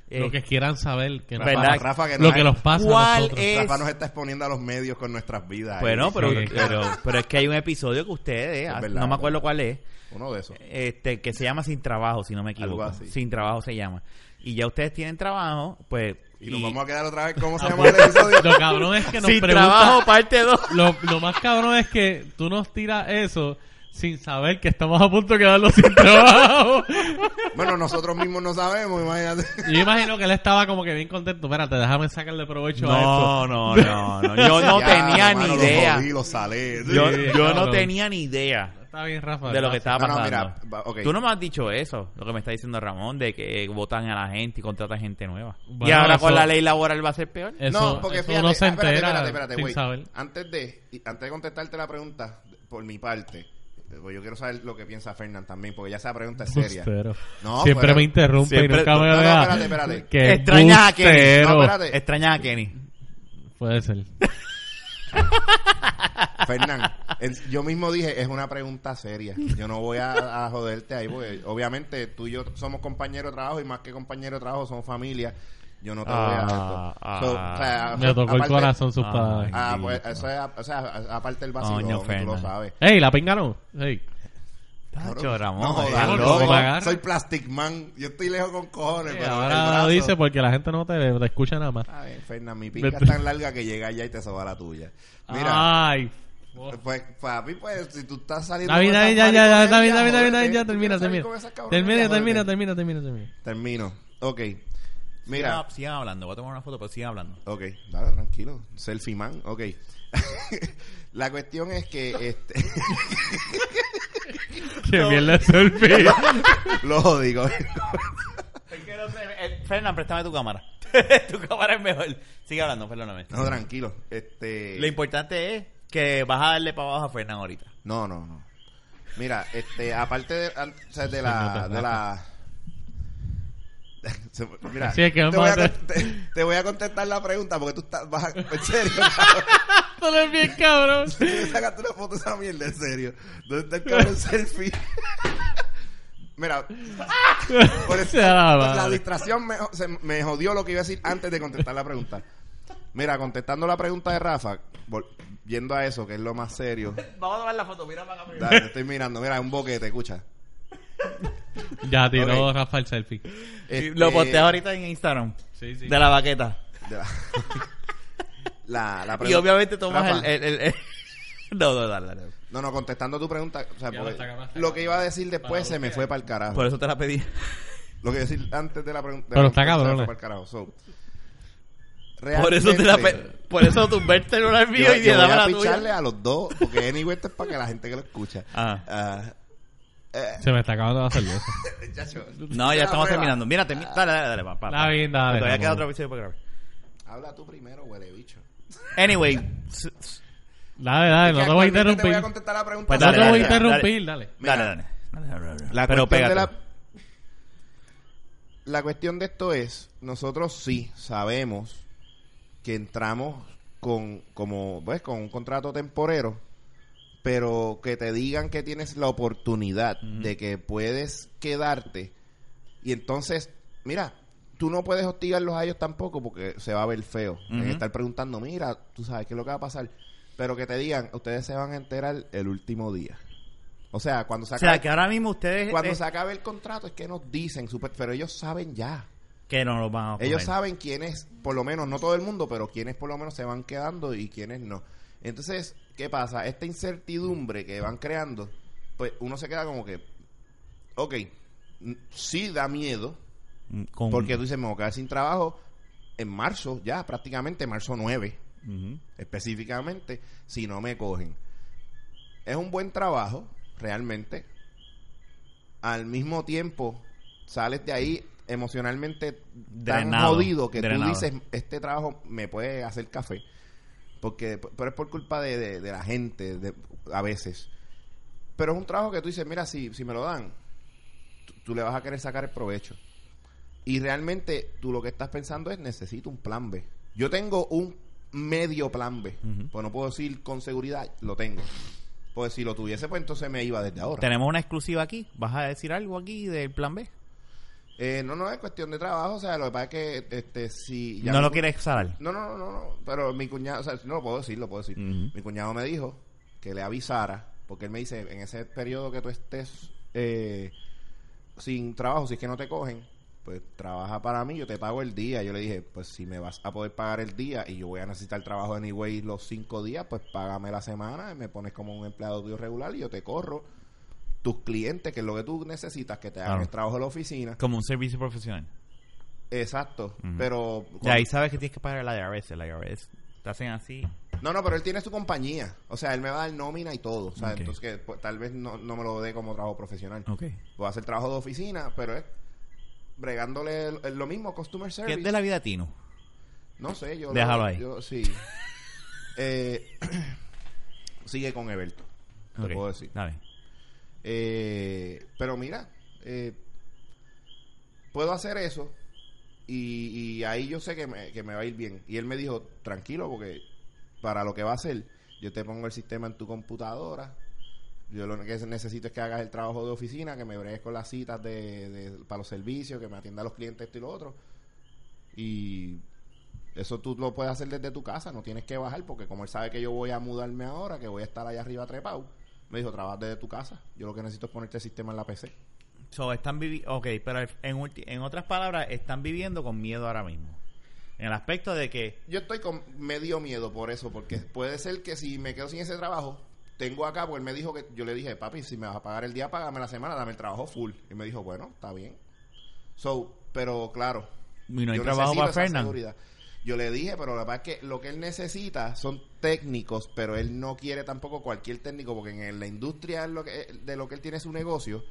Speaker 5: Lo
Speaker 3: Eh,
Speaker 5: que quieran saber. Que nos
Speaker 3: ¿Verdad?
Speaker 5: pasa-
Speaker 4: Rafa, que
Speaker 5: lo
Speaker 4: nos-
Speaker 5: que nos pasa a
Speaker 3: ¿Cuál
Speaker 5: nosotros.
Speaker 3: es-
Speaker 4: Rafa nos está exponiendo a los medios con nuestras vidas.
Speaker 3: bueno,
Speaker 4: eh.
Speaker 3: pues pero,
Speaker 5: Sí.
Speaker 3: pero, pero es que hay un episodio que ustedes,
Speaker 4: Es
Speaker 3: ah,
Speaker 4: verdad,
Speaker 3: no me acuerdo
Speaker 4: verdad.
Speaker 3: cuál es,
Speaker 4: Uno de esos.
Speaker 3: este, que se llama Sin Trabajo, si no me equivoco.
Speaker 4: así.
Speaker 3: Sin Trabajo se llama. Y ya ustedes tienen trabajo, pues
Speaker 4: Y nos
Speaker 3: Y-
Speaker 4: vamos a quedar otra vez cómo se llama el episodio.
Speaker 5: Lo cabrón es que nos
Speaker 3: Sin
Speaker 5: pregunta,
Speaker 3: trabajo, parte 2.
Speaker 5: lo, lo más cabrón es que tú nos tiras eso sin saber que estamos a punto de quedarnos sin trabajo.
Speaker 4: Bueno, nosotros mismos no sabemos, imagínate.
Speaker 5: Y yo imagino que él estaba como que bien contento. Espérate, déjame sacarle provecho a
Speaker 3: No,
Speaker 5: esto.
Speaker 3: no, no, no. Yo no
Speaker 4: Ya,
Speaker 3: tenía
Speaker 4: hermano,
Speaker 3: ni
Speaker 4: los
Speaker 3: idea.
Speaker 4: jodí, los salé.
Speaker 3: Yo,
Speaker 5: Sí,
Speaker 3: yo no
Speaker 5: cabrón.
Speaker 3: tenía ni idea
Speaker 5: Está bien, Rafa.
Speaker 3: de lo que estaba
Speaker 4: No, no,
Speaker 3: pasando.
Speaker 4: mira, va- ok.
Speaker 3: Tú no me has dicho eso, lo que me está diciendo Ramón, de que votan a la gente y contratan gente nueva. y
Speaker 5: Bueno,
Speaker 3: ahora con
Speaker 5: eso-
Speaker 3: la ley laboral va a ser peor.
Speaker 5: Eso,
Speaker 4: no, porque
Speaker 5: eso
Speaker 4: fíjate,
Speaker 5: uno se
Speaker 4: ah,
Speaker 5: entera
Speaker 4: espérate, espérate, espérate,
Speaker 5: sin
Speaker 4: güey.
Speaker 5: saber.
Speaker 4: Antes de, y- antes de contestarte la pregunta, por mi parte, eh, pues yo quiero saber lo que piensa Fernán también, porque ya esa pregunta es seria.
Speaker 5: Bustero.
Speaker 4: No,
Speaker 5: siempre
Speaker 4: pero-
Speaker 5: me interrumpe
Speaker 3: siempre-
Speaker 5: y nunca me
Speaker 4: No, no,
Speaker 5: deja.
Speaker 4: espérate, espérate.
Speaker 5: Que
Speaker 3: Extrañas a Kenny.
Speaker 5: bustero.
Speaker 4: No, espérate.
Speaker 3: Extrañas a Kenny.
Speaker 5: Puede ser.
Speaker 4: Fernán, en- yo mismo dije, es una pregunta seria. Yo no voy a, a joderte ahí, porque obviamente tú y yo somos compañeros de trabajo y más que compañeros de trabajo somos familia. Yo no te voy a...
Speaker 3: Ah, ah.
Speaker 4: So, o sea,
Speaker 5: Me tocó el
Speaker 4: aparte-
Speaker 5: corazón sus
Speaker 3: Ay.
Speaker 5: padres.
Speaker 4: Ah, pues eso es, o sea, a- aparte el vacilón,
Speaker 3: Coño,
Speaker 4: tú lo
Speaker 3: Fernan.
Speaker 4: sabes.
Speaker 5: ¡Ey, la pingaron! ¡Ey!
Speaker 3: Tacho, Ramón,
Speaker 4: No,
Speaker 3: eh,
Speaker 4: jodas,
Speaker 5: Ramón,
Speaker 4: loco.
Speaker 5: me agarra.
Speaker 4: Soy Plastic Man. Yo estoy lejos con cojones. pero el
Speaker 5: ahora
Speaker 4: brazo-
Speaker 5: lo dice porque la gente no te ve, te escucha nada más.
Speaker 4: Ay, Fernan, mi pinca
Speaker 5: Vete.
Speaker 4: es tan larga que llega allá y te soba la tuya. Mira,
Speaker 5: ¡Ay!
Speaker 4: pues papi, pues si tú estás saliendo.
Speaker 5: Está bien,
Speaker 4: con
Speaker 5: está bien, ya,
Speaker 4: esas
Speaker 5: ya, ya,
Speaker 4: mariconeras,
Speaker 5: está bien, está bien, está bien, está bien, ya,
Speaker 4: jódete. Tú
Speaker 5: termina,
Speaker 4: quieres salir
Speaker 5: termina.
Speaker 4: con esas cabronas,
Speaker 5: Termina,
Speaker 4: jódete.
Speaker 5: termina, termina, termina, termina.
Speaker 4: Termino. Ok. Mira.
Speaker 3: Sigan, sigan hablando, voy a tomar una foto, pero sigan hablando.
Speaker 4: Ok, dale, tranquilo. Selfie man, ok. la cuestión es que este
Speaker 5: ¡Qué bien le serví!
Speaker 4: lo digo.
Speaker 3: eh, Fernán, préstame tu cámara. tu cámara es mejor. Sigue hablando, perdóname.
Speaker 4: No, tranquilo. Este
Speaker 3: Lo importante es que vas a darle para abajo a Fernán ahorita.
Speaker 4: No, no, no. Mira, este, aparte de, an- o sea, de la, de la. Se- Mira,
Speaker 5: Así es que
Speaker 4: te, voy a,
Speaker 5: vamos a
Speaker 4: con- te- te voy a contestar la pregunta porque tú estás. Vas a, en serio, cabrón.
Speaker 5: ¡Tú eres bien cabrón!
Speaker 4: Tú le sacaste una foto a esa mierda, en serio. ¿Dónde está el cabrón selfie? Mira, por eso-
Speaker 5: Sea la
Speaker 4: la
Speaker 5: madre.
Speaker 4: distracción me, se- me jodió lo que iba a decir antes de contestar la pregunta. Mira, contestando la pregunta de Rafa, vol- yendo a eso, que es lo más serio.
Speaker 3: Vamos a tomar la foto, mira para acá.
Speaker 4: Dale, estoy mirando, mira, un boquete, escucha.
Speaker 5: Ya tiró
Speaker 4: Ok.
Speaker 5: Rafa el selfie.
Speaker 4: Este,
Speaker 3: Lo posteo ahorita en Instagram.
Speaker 5: Sí, sí.
Speaker 3: De la baqueta.
Speaker 4: de la, la, la
Speaker 3: Y
Speaker 4: pregunta-
Speaker 3: obviamente tomas
Speaker 4: Rafa,
Speaker 3: el, el, el- el- No, no, dale, dale.
Speaker 4: No, no, contestando tu pregunta. o sea,
Speaker 5: Ya
Speaker 4: porque
Speaker 5: lo saca, lo saca.
Speaker 4: lo que iba a decir después se me fue para el carajo.
Speaker 3: Por eso te la pedí.
Speaker 4: Lo que iba a decir antes de la pregunta.
Speaker 5: Pero está
Speaker 4: se me fue
Speaker 5: cabrona.
Speaker 4: pa'l carajo. So,
Speaker 3: eh. Por eso te la
Speaker 4: realmente,
Speaker 3: pedí. Por eso tumbé el celular mío
Speaker 4: Yo,
Speaker 3: y
Speaker 4: yo
Speaker 3: te
Speaker 4: voy
Speaker 3: daba
Speaker 4: a
Speaker 3: la
Speaker 4: picharle
Speaker 3: tuya.
Speaker 4: a los dos, porque anyway esto es para que la gente que lo escucha.
Speaker 3: Ajá.
Speaker 4: Ah, eh,
Speaker 5: Se me está acabando la cerveza.
Speaker 4: chacho,
Speaker 3: No, ya
Speaker 4: la
Speaker 3: estamos
Speaker 4: prueba. Ah.
Speaker 3: terminando. Mira, termi- dale, dale, dale. pa- pa-
Speaker 5: Está
Speaker 3: pa.
Speaker 5: bien, dale,
Speaker 3: Todavía
Speaker 5: vamos.
Speaker 3: queda otro episodio para grabar.
Speaker 4: Habla tú primero, huele bicho.
Speaker 3: Anyway, s- s-
Speaker 5: Dale, dale, no
Speaker 4: Que
Speaker 5: te voy a
Speaker 4: actualmente Te voy a
Speaker 5: interrumpir.
Speaker 4: contestar la pregunta.
Speaker 3: Pues
Speaker 5: No
Speaker 3: dale,
Speaker 5: te voy a
Speaker 3: dale,
Speaker 5: interrumpir, dale.
Speaker 4: Mira.
Speaker 3: dale, dale. Dale, dale, dale.
Speaker 4: La
Speaker 3: Pero
Speaker 4: cuestión
Speaker 3: pégate.
Speaker 4: de la- la cuestión de esto es, nosotros sí sabemos que entramos con como pues con un contrato temporero, pero que te digan que tienes la oportunidad de que puedes quedarte y entonces, mira, tú no puedes hostigarlos a ellos tampoco porque se va a ver feo en
Speaker 3: Ujú.
Speaker 4: estar preguntando, mira, tú sabes qué es lo que va a pasar, pero que te digan, ustedes se van a enterar el último día. O sea, cuando se
Speaker 3: O
Speaker 4: acabe-
Speaker 3: sea, que ahora mismo ustedes.
Speaker 4: cuando
Speaker 3: eh,
Speaker 4: se acabe el contrato es que nos dicen, super- pero ellos saben ya.
Speaker 3: Que no lo van a coger.
Speaker 4: Ellos saben quiénes, por lo menos, no todo el mundo, pero quiénes por lo menos se van quedando y quiénes no. Entonces, ¿qué pasa? Esta incertidumbre que van creando, pues uno se queda como que, ok, n- sí da miedo,
Speaker 3: Mm, Con...
Speaker 4: porque tú dices, me voy a quedar sin trabajo en marzo, ya prácticamente marzo 9
Speaker 3: Ujú.
Speaker 4: específicamente si no me cogen. Es un buen trabajo, realmente. Al mismo tiempo, sales de ahí emocionalmente tan
Speaker 3: Drenado,
Speaker 4: jodido que
Speaker 3: drenado.
Speaker 4: tú dices, este trabajo me puede hacer café. Porque, pero es por culpa de, de- de la gente, de- a veces. Pero es un trabajo que tú dices, mira, si, si me lo dan, tú- tú le vas a querer sacar el provecho. Y realmente tú lo que estás pensando es necesito un plan B. Yo tengo un medio plan B.
Speaker 3: Ujú.
Speaker 4: Pues no puedo decir con seguridad, lo tengo. Pues si lo tuviese, pues entonces me iba desde ahora.
Speaker 3: Tenemos una exclusiva aquí. ¿Vas a decir algo aquí del plan B?
Speaker 4: Eh, no, no, es cuestión de trabajo. O sea, lo que pasa es que este, si... ya
Speaker 3: no
Speaker 4: mi
Speaker 3: lo
Speaker 4: cu-
Speaker 3: quieres salar.
Speaker 4: No, no, no, no, no. Pero mi cuñado, o sea, no lo puedo decir, lo puedo decir.
Speaker 3: Ujú.
Speaker 4: Mi cuñado me dijo que le avisara, porque él me dice, en ese periodo que tú estés eh, sin trabajo, si es que no te cogen, pues trabaja para mí, yo te pago el día. Yo le dije, pues si me vas a poder pagar el día y yo voy a necesitar trabajo anyway los cinco días, pues págame la semana, y me pones como un empleado tuyo regular y yo te corro tus clientes, que es lo que tú necesitas, que te hagan
Speaker 3: Claro.
Speaker 4: el trabajo de la oficina.
Speaker 3: Como un servicio profesional.
Speaker 4: Exacto,
Speaker 3: Ujú.
Speaker 4: pero...
Speaker 3: Y ahí sabes que tienes que pagar el IRS. El IRS te hacen así.
Speaker 4: No, no, pero él tiene su compañía. O sea, él me va a dar nómina y todo. O sea,
Speaker 3: Ok.
Speaker 4: entonces que pues, tal vez no, no me lo dé como trabajo profesional.
Speaker 3: Ok.
Speaker 4: Voy a hacer trabajo de oficina, pero es bregándole lo- lo mismo, customer
Speaker 3: ¿Qué
Speaker 4: service.
Speaker 3: es de la vida tino?
Speaker 4: No sé, yo...
Speaker 3: Déjalo
Speaker 4: lo-
Speaker 3: ahí.
Speaker 4: yo- sí. Eh, sigue con Everton, te
Speaker 3: Ok,
Speaker 4: puedo decir.
Speaker 3: Dale.
Speaker 4: Eh, pero mira, eh, puedo hacer eso y, y ahí yo sé que me, que me va a ir bien. Y él me dijo, tranquilo, porque para lo que va a hacer, yo te pongo el sistema en tu computadora. Yo lo que necesito es que hagas el trabajo de oficina, que me bregues con las citas de, de- para los servicios, que me atienda a los clientes, esto y lo otro. Y eso tú lo puedes hacer desde tu casa, no tienes que bajar, porque como él sabe que yo voy a mudarme ahora, que voy a estar allá arriba trepado, me dijo, trabaja desde tu casa. Yo lo que necesito es ponerte el sistema en la PC.
Speaker 3: So, están vivi ok, pero en, ulti- en otras palabras, están viviendo con miedo ahora mismo. En el aspecto de que
Speaker 4: Yo estoy con medio miedo por eso, porque puede ser que si me quedo sin ese trabajo, tengo acá, pues él me dijo que yo le dije, papi, si me vas a pagar el día, págame la semana, dame el trabajo full. Y me dijo, bueno, está bien. So, pero claro,
Speaker 3: y no hay
Speaker 4: yo
Speaker 3: trabajo
Speaker 4: necesito
Speaker 3: para
Speaker 4: esa
Speaker 3: Fernando.
Speaker 4: seguridad. Yo le dije, pero la verdad es que lo que él necesita son técnicos, pero él no quiere tampoco cualquier técnico, porque en la industria es lo que- de lo que él tiene su negocio,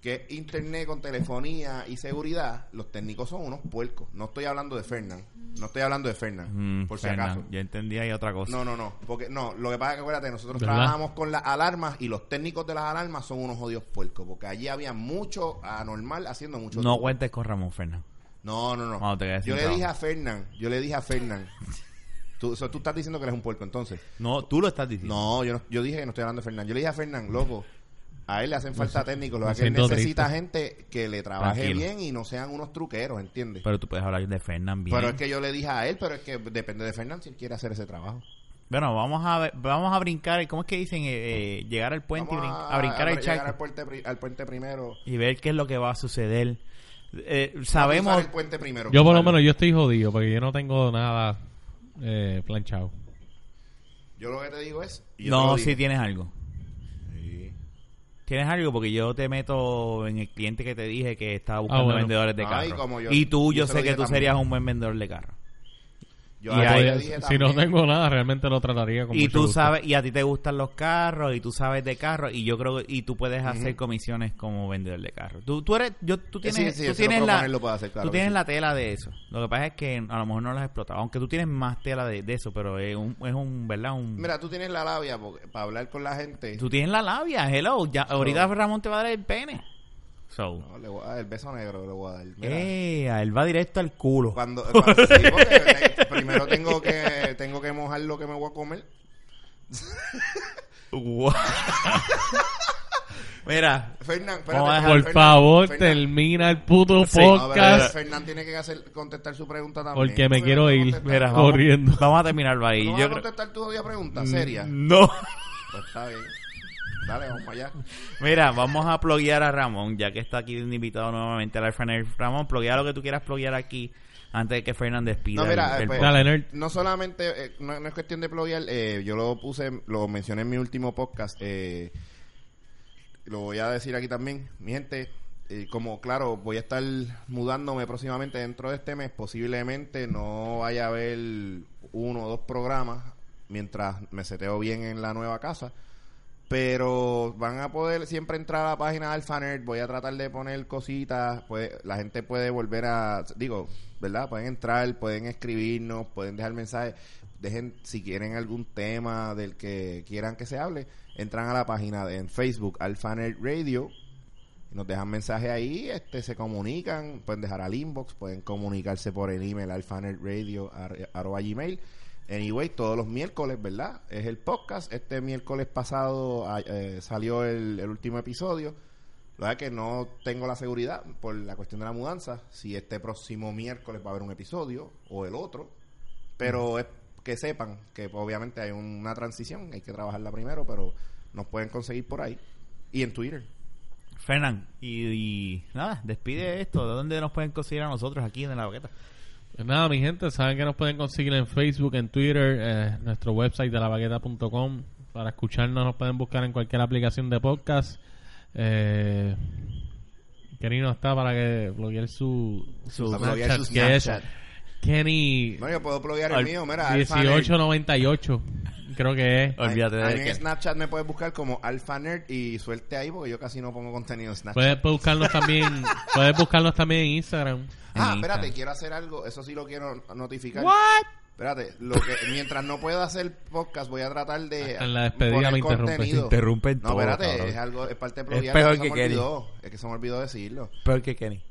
Speaker 4: que es internet con telefonía y seguridad, los técnicos son unos puercos. No estoy hablando de Fernán, no estoy hablando de
Speaker 3: Mm,
Speaker 4: Fernán, por si acaso.
Speaker 3: Yo entendía y otra cosa.
Speaker 4: No, no, no, porque no, lo que pasa es que acuérdate, nosotros
Speaker 5: ¿Verdad?
Speaker 4: trabajamos con las alarmas y los técnicos de las alarmas son unos odios puercos, porque allí había mucho anormal haciendo mucho
Speaker 3: No
Speaker 4: truco.
Speaker 3: cuentes con Ramón Fernando.
Speaker 4: No, no, no.
Speaker 3: Cuando te quedes sin
Speaker 4: yo le
Speaker 3: trabajo.
Speaker 4: dije a Fernán, yo le dije a Fernán. Tú, o sea, tú estás diciendo que eres un puerco, entonces.
Speaker 3: No, tú lo estás diciendo.
Speaker 4: No, yo, no- yo dije que no estoy hablando de Fernán. Yo le dije a Fernán, loco, a él le hacen falta técnicos, lo
Speaker 5: me
Speaker 4: que él
Speaker 5: siento
Speaker 4: necesita gente que le trabaje
Speaker 3: Tranquilo.
Speaker 4: bien y no sean unos truqueros, ¿entiendes? Pero,
Speaker 3: Pero tú puedes hablar de Fernán bien.
Speaker 4: es que yo le dije a él, pero es que depende de Fernán si él quiere hacer ese trabajo.
Speaker 3: Bueno, vamos a, ver- vamos a brincar. ¿Cómo es que dicen? Eh, eh, llegar al puente y
Speaker 4: Vamos
Speaker 3: brin- a, brincar el
Speaker 4: llegar
Speaker 3: charco.
Speaker 4: al puente, pri- al puente primero.
Speaker 3: Y ver qué es lo que va a suceder. Eh,
Speaker 4: Cruzar
Speaker 3: sabemos.
Speaker 4: el puente primero.
Speaker 5: Yo por lo
Speaker 4: cruzarlo.
Speaker 5: menos yo estoy jodido porque yo no tengo nada eh, planchado.
Speaker 4: Yo lo que te digo es... y yo te lo
Speaker 3: No,
Speaker 4: digo.
Speaker 3: si tienes algo.
Speaker 4: Sí.
Speaker 3: Tienes algo porque yo te meto en el cliente que te dije que estaba buscando
Speaker 5: bueno.
Speaker 3: vendedores de
Speaker 4: Ay,
Speaker 3: carro.
Speaker 4: como yo-
Speaker 3: y tú,
Speaker 4: yo
Speaker 3: yo
Speaker 4: se lo
Speaker 3: sé que
Speaker 4: dije
Speaker 3: tú
Speaker 4: también.
Speaker 3: serías un buen vendedor de carro.
Speaker 4: Yo
Speaker 3: Y
Speaker 4: a él
Speaker 3: ahí-
Speaker 4: le dije
Speaker 5: si no
Speaker 4: también-
Speaker 5: tengo nada, realmente lo trataría como
Speaker 3: Y tú sabes, y a ti te gustan los carros, y tú sabes de carros, y yo creo, que- y tú puedes hacer comisiones como vendedor de carros. Tú, tú eres, yo, tú
Speaker 4: Sí,
Speaker 3: tienes,
Speaker 4: sí,
Speaker 3: tú
Speaker 4: se lo
Speaker 3: tienes la,
Speaker 4: proponen, lo puede hacer, claro
Speaker 3: tú
Speaker 4: que
Speaker 3: tienes
Speaker 4: sí.
Speaker 3: la tela de eso. Lo que pasa es que a lo mejor no lo has explotado, aunque tú tienes más tela de, de eso, pero es un, es un, ¿verdad? Un,
Speaker 4: Mira, tú tienes la labia porque- para hablar con la gente.
Speaker 3: tú tienes la labia, hello, ya, ahorita Ramón te va a dar el pene. So,
Speaker 4: No, le voy a dar el beso negro, le voy a dar. Mira,
Speaker 3: eh, a él va directo al culo.
Speaker 4: cuando, cuando- sí, porque te- primero tengo que tengo que mojar lo que me voy a comer.
Speaker 3: Wow. Mira,
Speaker 4: Fernán,
Speaker 3: Vamos a
Speaker 4: espérate,
Speaker 3: dejar-
Speaker 5: Por
Speaker 4: Fernán,
Speaker 5: favor,
Speaker 4: Fernán.
Speaker 5: termina el puto
Speaker 3: Sí.
Speaker 4: No, pero
Speaker 5: podcast
Speaker 4: Fernán tiene que hacer, contestar su pregunta también.
Speaker 5: porque me
Speaker 4: Tú
Speaker 5: quiero
Speaker 4: tienes que
Speaker 5: ir
Speaker 4: contestar.
Speaker 3: mira,
Speaker 5: mira,
Speaker 3: vamos-
Speaker 5: corriendo.
Speaker 3: Vamos a terminarlo ahí.
Speaker 4: ¿Tú
Speaker 3: yo
Speaker 4: no vas a
Speaker 3: creo- Mm,
Speaker 4: contestar tu odia pregunta seria?
Speaker 5: Mm.
Speaker 3: No.
Speaker 4: Pues está bien. Dale, vamos allá.
Speaker 3: Mira, vamos a pluguear a Ramón, ya que está aquí invitado nuevamente al Alfa Nerd. Ramón, pluguea lo que tú quieras pluguear aquí antes de que Fernández pida.
Speaker 4: No,
Speaker 3: el-
Speaker 4: mira, eh,
Speaker 3: el
Speaker 4: pues,
Speaker 3: podcast.
Speaker 5: Dale, nerd.
Speaker 4: No solamente, eh, no, no es cuestión de pluguear, eh, yo lo puse, lo mencioné en mi último podcast, eh, lo voy a decir aquí también, mi gente, eh, como claro, voy a estar mudándome próximamente dentro de este mes, posiblemente no vaya a haber uno o dos programas mientras me seteo bien en la nueva casa. Pero van a poder siempre entrar a la página de Alphanet. Voy a tratar de poner cositas. Puede- la gente puede volver a. Digo, ¿verdad? Pueden entrar, pueden escribirnos, pueden dejar mensajes. Dejen, si quieren algún tema del que quieran que se hable, entran a la página de- en Facebook, Alphanet Radio. y Nos dejan mensajes ahí, este, se comunican, pueden dejar al inbox, pueden comunicarse por el email alphanetradio.gmail. Anyway, todos los miércoles, ¿verdad? Es el podcast. Este miércoles pasado a- eh, salió el, el último episodio. La verdad que no tengo la seguridad por la cuestión de la mudanza. Si este próximo miércoles va a haber un episodio o el otro. Pero es que sepan que pues, obviamente hay una transición. Hay que trabajarla primero, pero nos pueden conseguir por ahí. Y en Twitter.
Speaker 3: Fernán, y, y nada, despide esto. ¿De dónde nos pueden conseguir a nosotros aquí en la boqueta?
Speaker 5: Pues nada, mi gente, saben que nos pueden conseguir en Facebook, en Twitter, eh, nuestro website de lavagueta.com. Para escucharnos nos pueden buscar en cualquier aplicación de podcast. Eh, Kenny no está para que bloquear su, su
Speaker 4: Para bloquear
Speaker 5: Snapchat,
Speaker 4: su
Speaker 5: que es
Speaker 4: Snapchat.
Speaker 5: Kenny
Speaker 4: No, yo puedo pluguear el
Speaker 5: al-
Speaker 4: mío, mira. Alpha Nerd.
Speaker 5: 1898, creo que es.
Speaker 4: A-
Speaker 3: Olvídate
Speaker 4: a
Speaker 3: de
Speaker 4: mí en
Speaker 3: que-
Speaker 4: Snapchat me puedes buscar como Alpha Nerd y suelte ahí porque yo casi no pongo contenido en Snapchat.
Speaker 5: Puedes buscarnos también, puedes buscarnos también Pues, en Instagram.
Speaker 4: ah,
Speaker 3: en
Speaker 4: espérate,
Speaker 3: Instagram.
Speaker 4: quiero hacer algo. Eso sí lo quiero notificar. Espérate, lo que, mientras no pueda hacer podcast voy a tratar de...
Speaker 5: Hasta en la despedida
Speaker 4: poner
Speaker 5: me interrumpes.
Speaker 4: contenido.
Speaker 3: Te interrumpen
Speaker 4: No,
Speaker 3: todo,
Speaker 4: espérate,
Speaker 3: cabrón.
Speaker 4: es algo, es parte de
Speaker 3: Es
Speaker 4: pluguear.
Speaker 3: peor
Speaker 4: Es que se
Speaker 3: que
Speaker 4: me
Speaker 3: Kenny.
Speaker 4: olvidó, es que se me olvidó decirlo.
Speaker 3: Peor que Kenny.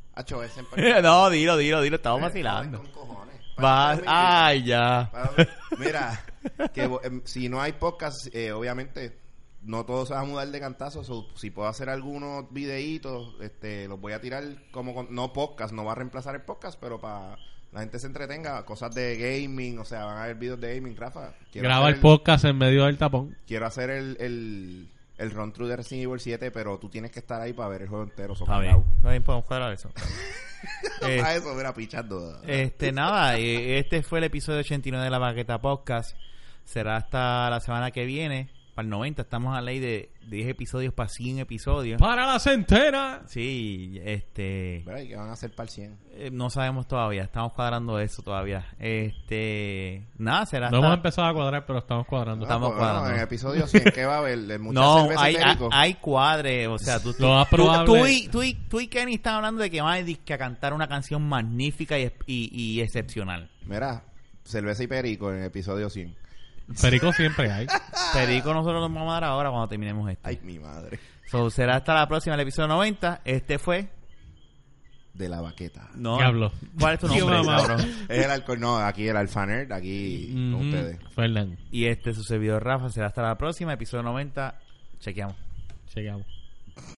Speaker 4: Hacho, ese en
Speaker 3: no, dilo, dilo, dilo. Estamos
Speaker 4: Eh,
Speaker 3: vacilando.
Speaker 4: con cojones.
Speaker 3: Vas, ah,
Speaker 4: Para-
Speaker 3: ay, ya.
Speaker 4: para- Mira, que vo- em, si no hay podcast, eh, obviamente no todos se van a mudar de cantazo. so, si puedo hacer algunos videitos, este, los voy a tirar como con- no podcast, no va a reemplazar el podcast, pero para la gente se entretenga, cosas de gaming, o sea, van a haber videos de gaming, Rafa.
Speaker 5: Graba
Speaker 4: hacer
Speaker 5: el podcast en medio del tapón.
Speaker 4: Quiero hacer el, el, el run through de Resident Evil 7, pero tú tienes que estar ahí para ver el juego entero. so,
Speaker 3: Está bien.
Speaker 4: cuidado.
Speaker 3: Está bien, podemos cuadrar eso. Eh,
Speaker 4: Para eso, mira, pichando.
Speaker 3: Este, nada, eh, este fue el episodio 89 de la Baqueta Podcast. Será hasta la semana que viene, para el 90. Estamos a ley de 10 episodios para 100 episodios.
Speaker 5: Para la centena.
Speaker 3: Sí, este.
Speaker 4: Mira, ¿y qué van a hacer para el 100?
Speaker 3: eh, No sabemos todavía, estamos cuadrando eso todavía. Este. Nada, será
Speaker 5: No
Speaker 3: hasta-
Speaker 5: hemos empezado a cuadrar, pero estamos cuadrando.
Speaker 3: Estamos
Speaker 4: pues,
Speaker 3: cuadrando.
Speaker 4: en el episodio 100, ¿qué va a haber? ¿De Mucha
Speaker 3: No,
Speaker 4: cerveza
Speaker 3: hay,
Speaker 4: y
Speaker 3: hay,
Speaker 4: perico?
Speaker 3: hay cuadre, o sea, tú, tú,
Speaker 5: Lo más
Speaker 3: tú-
Speaker 5: probable-
Speaker 3: tú y, tú, y, tú y Kenny están hablando de que van a disque a cantar una canción magnífica y, y- y excepcional.
Speaker 4: Mira, cerveza y perico en el episodio 100.
Speaker 5: Perico siempre hay.
Speaker 3: Perico nosotros lo vamos a dar ahora cuando terminemos esto.
Speaker 4: Ah. Ay, mi madre.
Speaker 3: So, será hasta la próxima, el episodio 90. Este fue.
Speaker 4: De la baqueta.
Speaker 3: No.
Speaker 5: Diablo.
Speaker 3: ¿Cuál es tu
Speaker 5: Qué
Speaker 3: nombre,
Speaker 5: mamá.
Speaker 3: cabrón?
Speaker 4: Es el alcohol, no, aquí el Alfa Nerd, aquí con
Speaker 5: Ujú.
Speaker 4: ustedes.
Speaker 5: Fernan,
Speaker 3: Y este su servidor Rafa. Será hasta la próxima, episodio 90. Chequeamos.
Speaker 5: llegamos.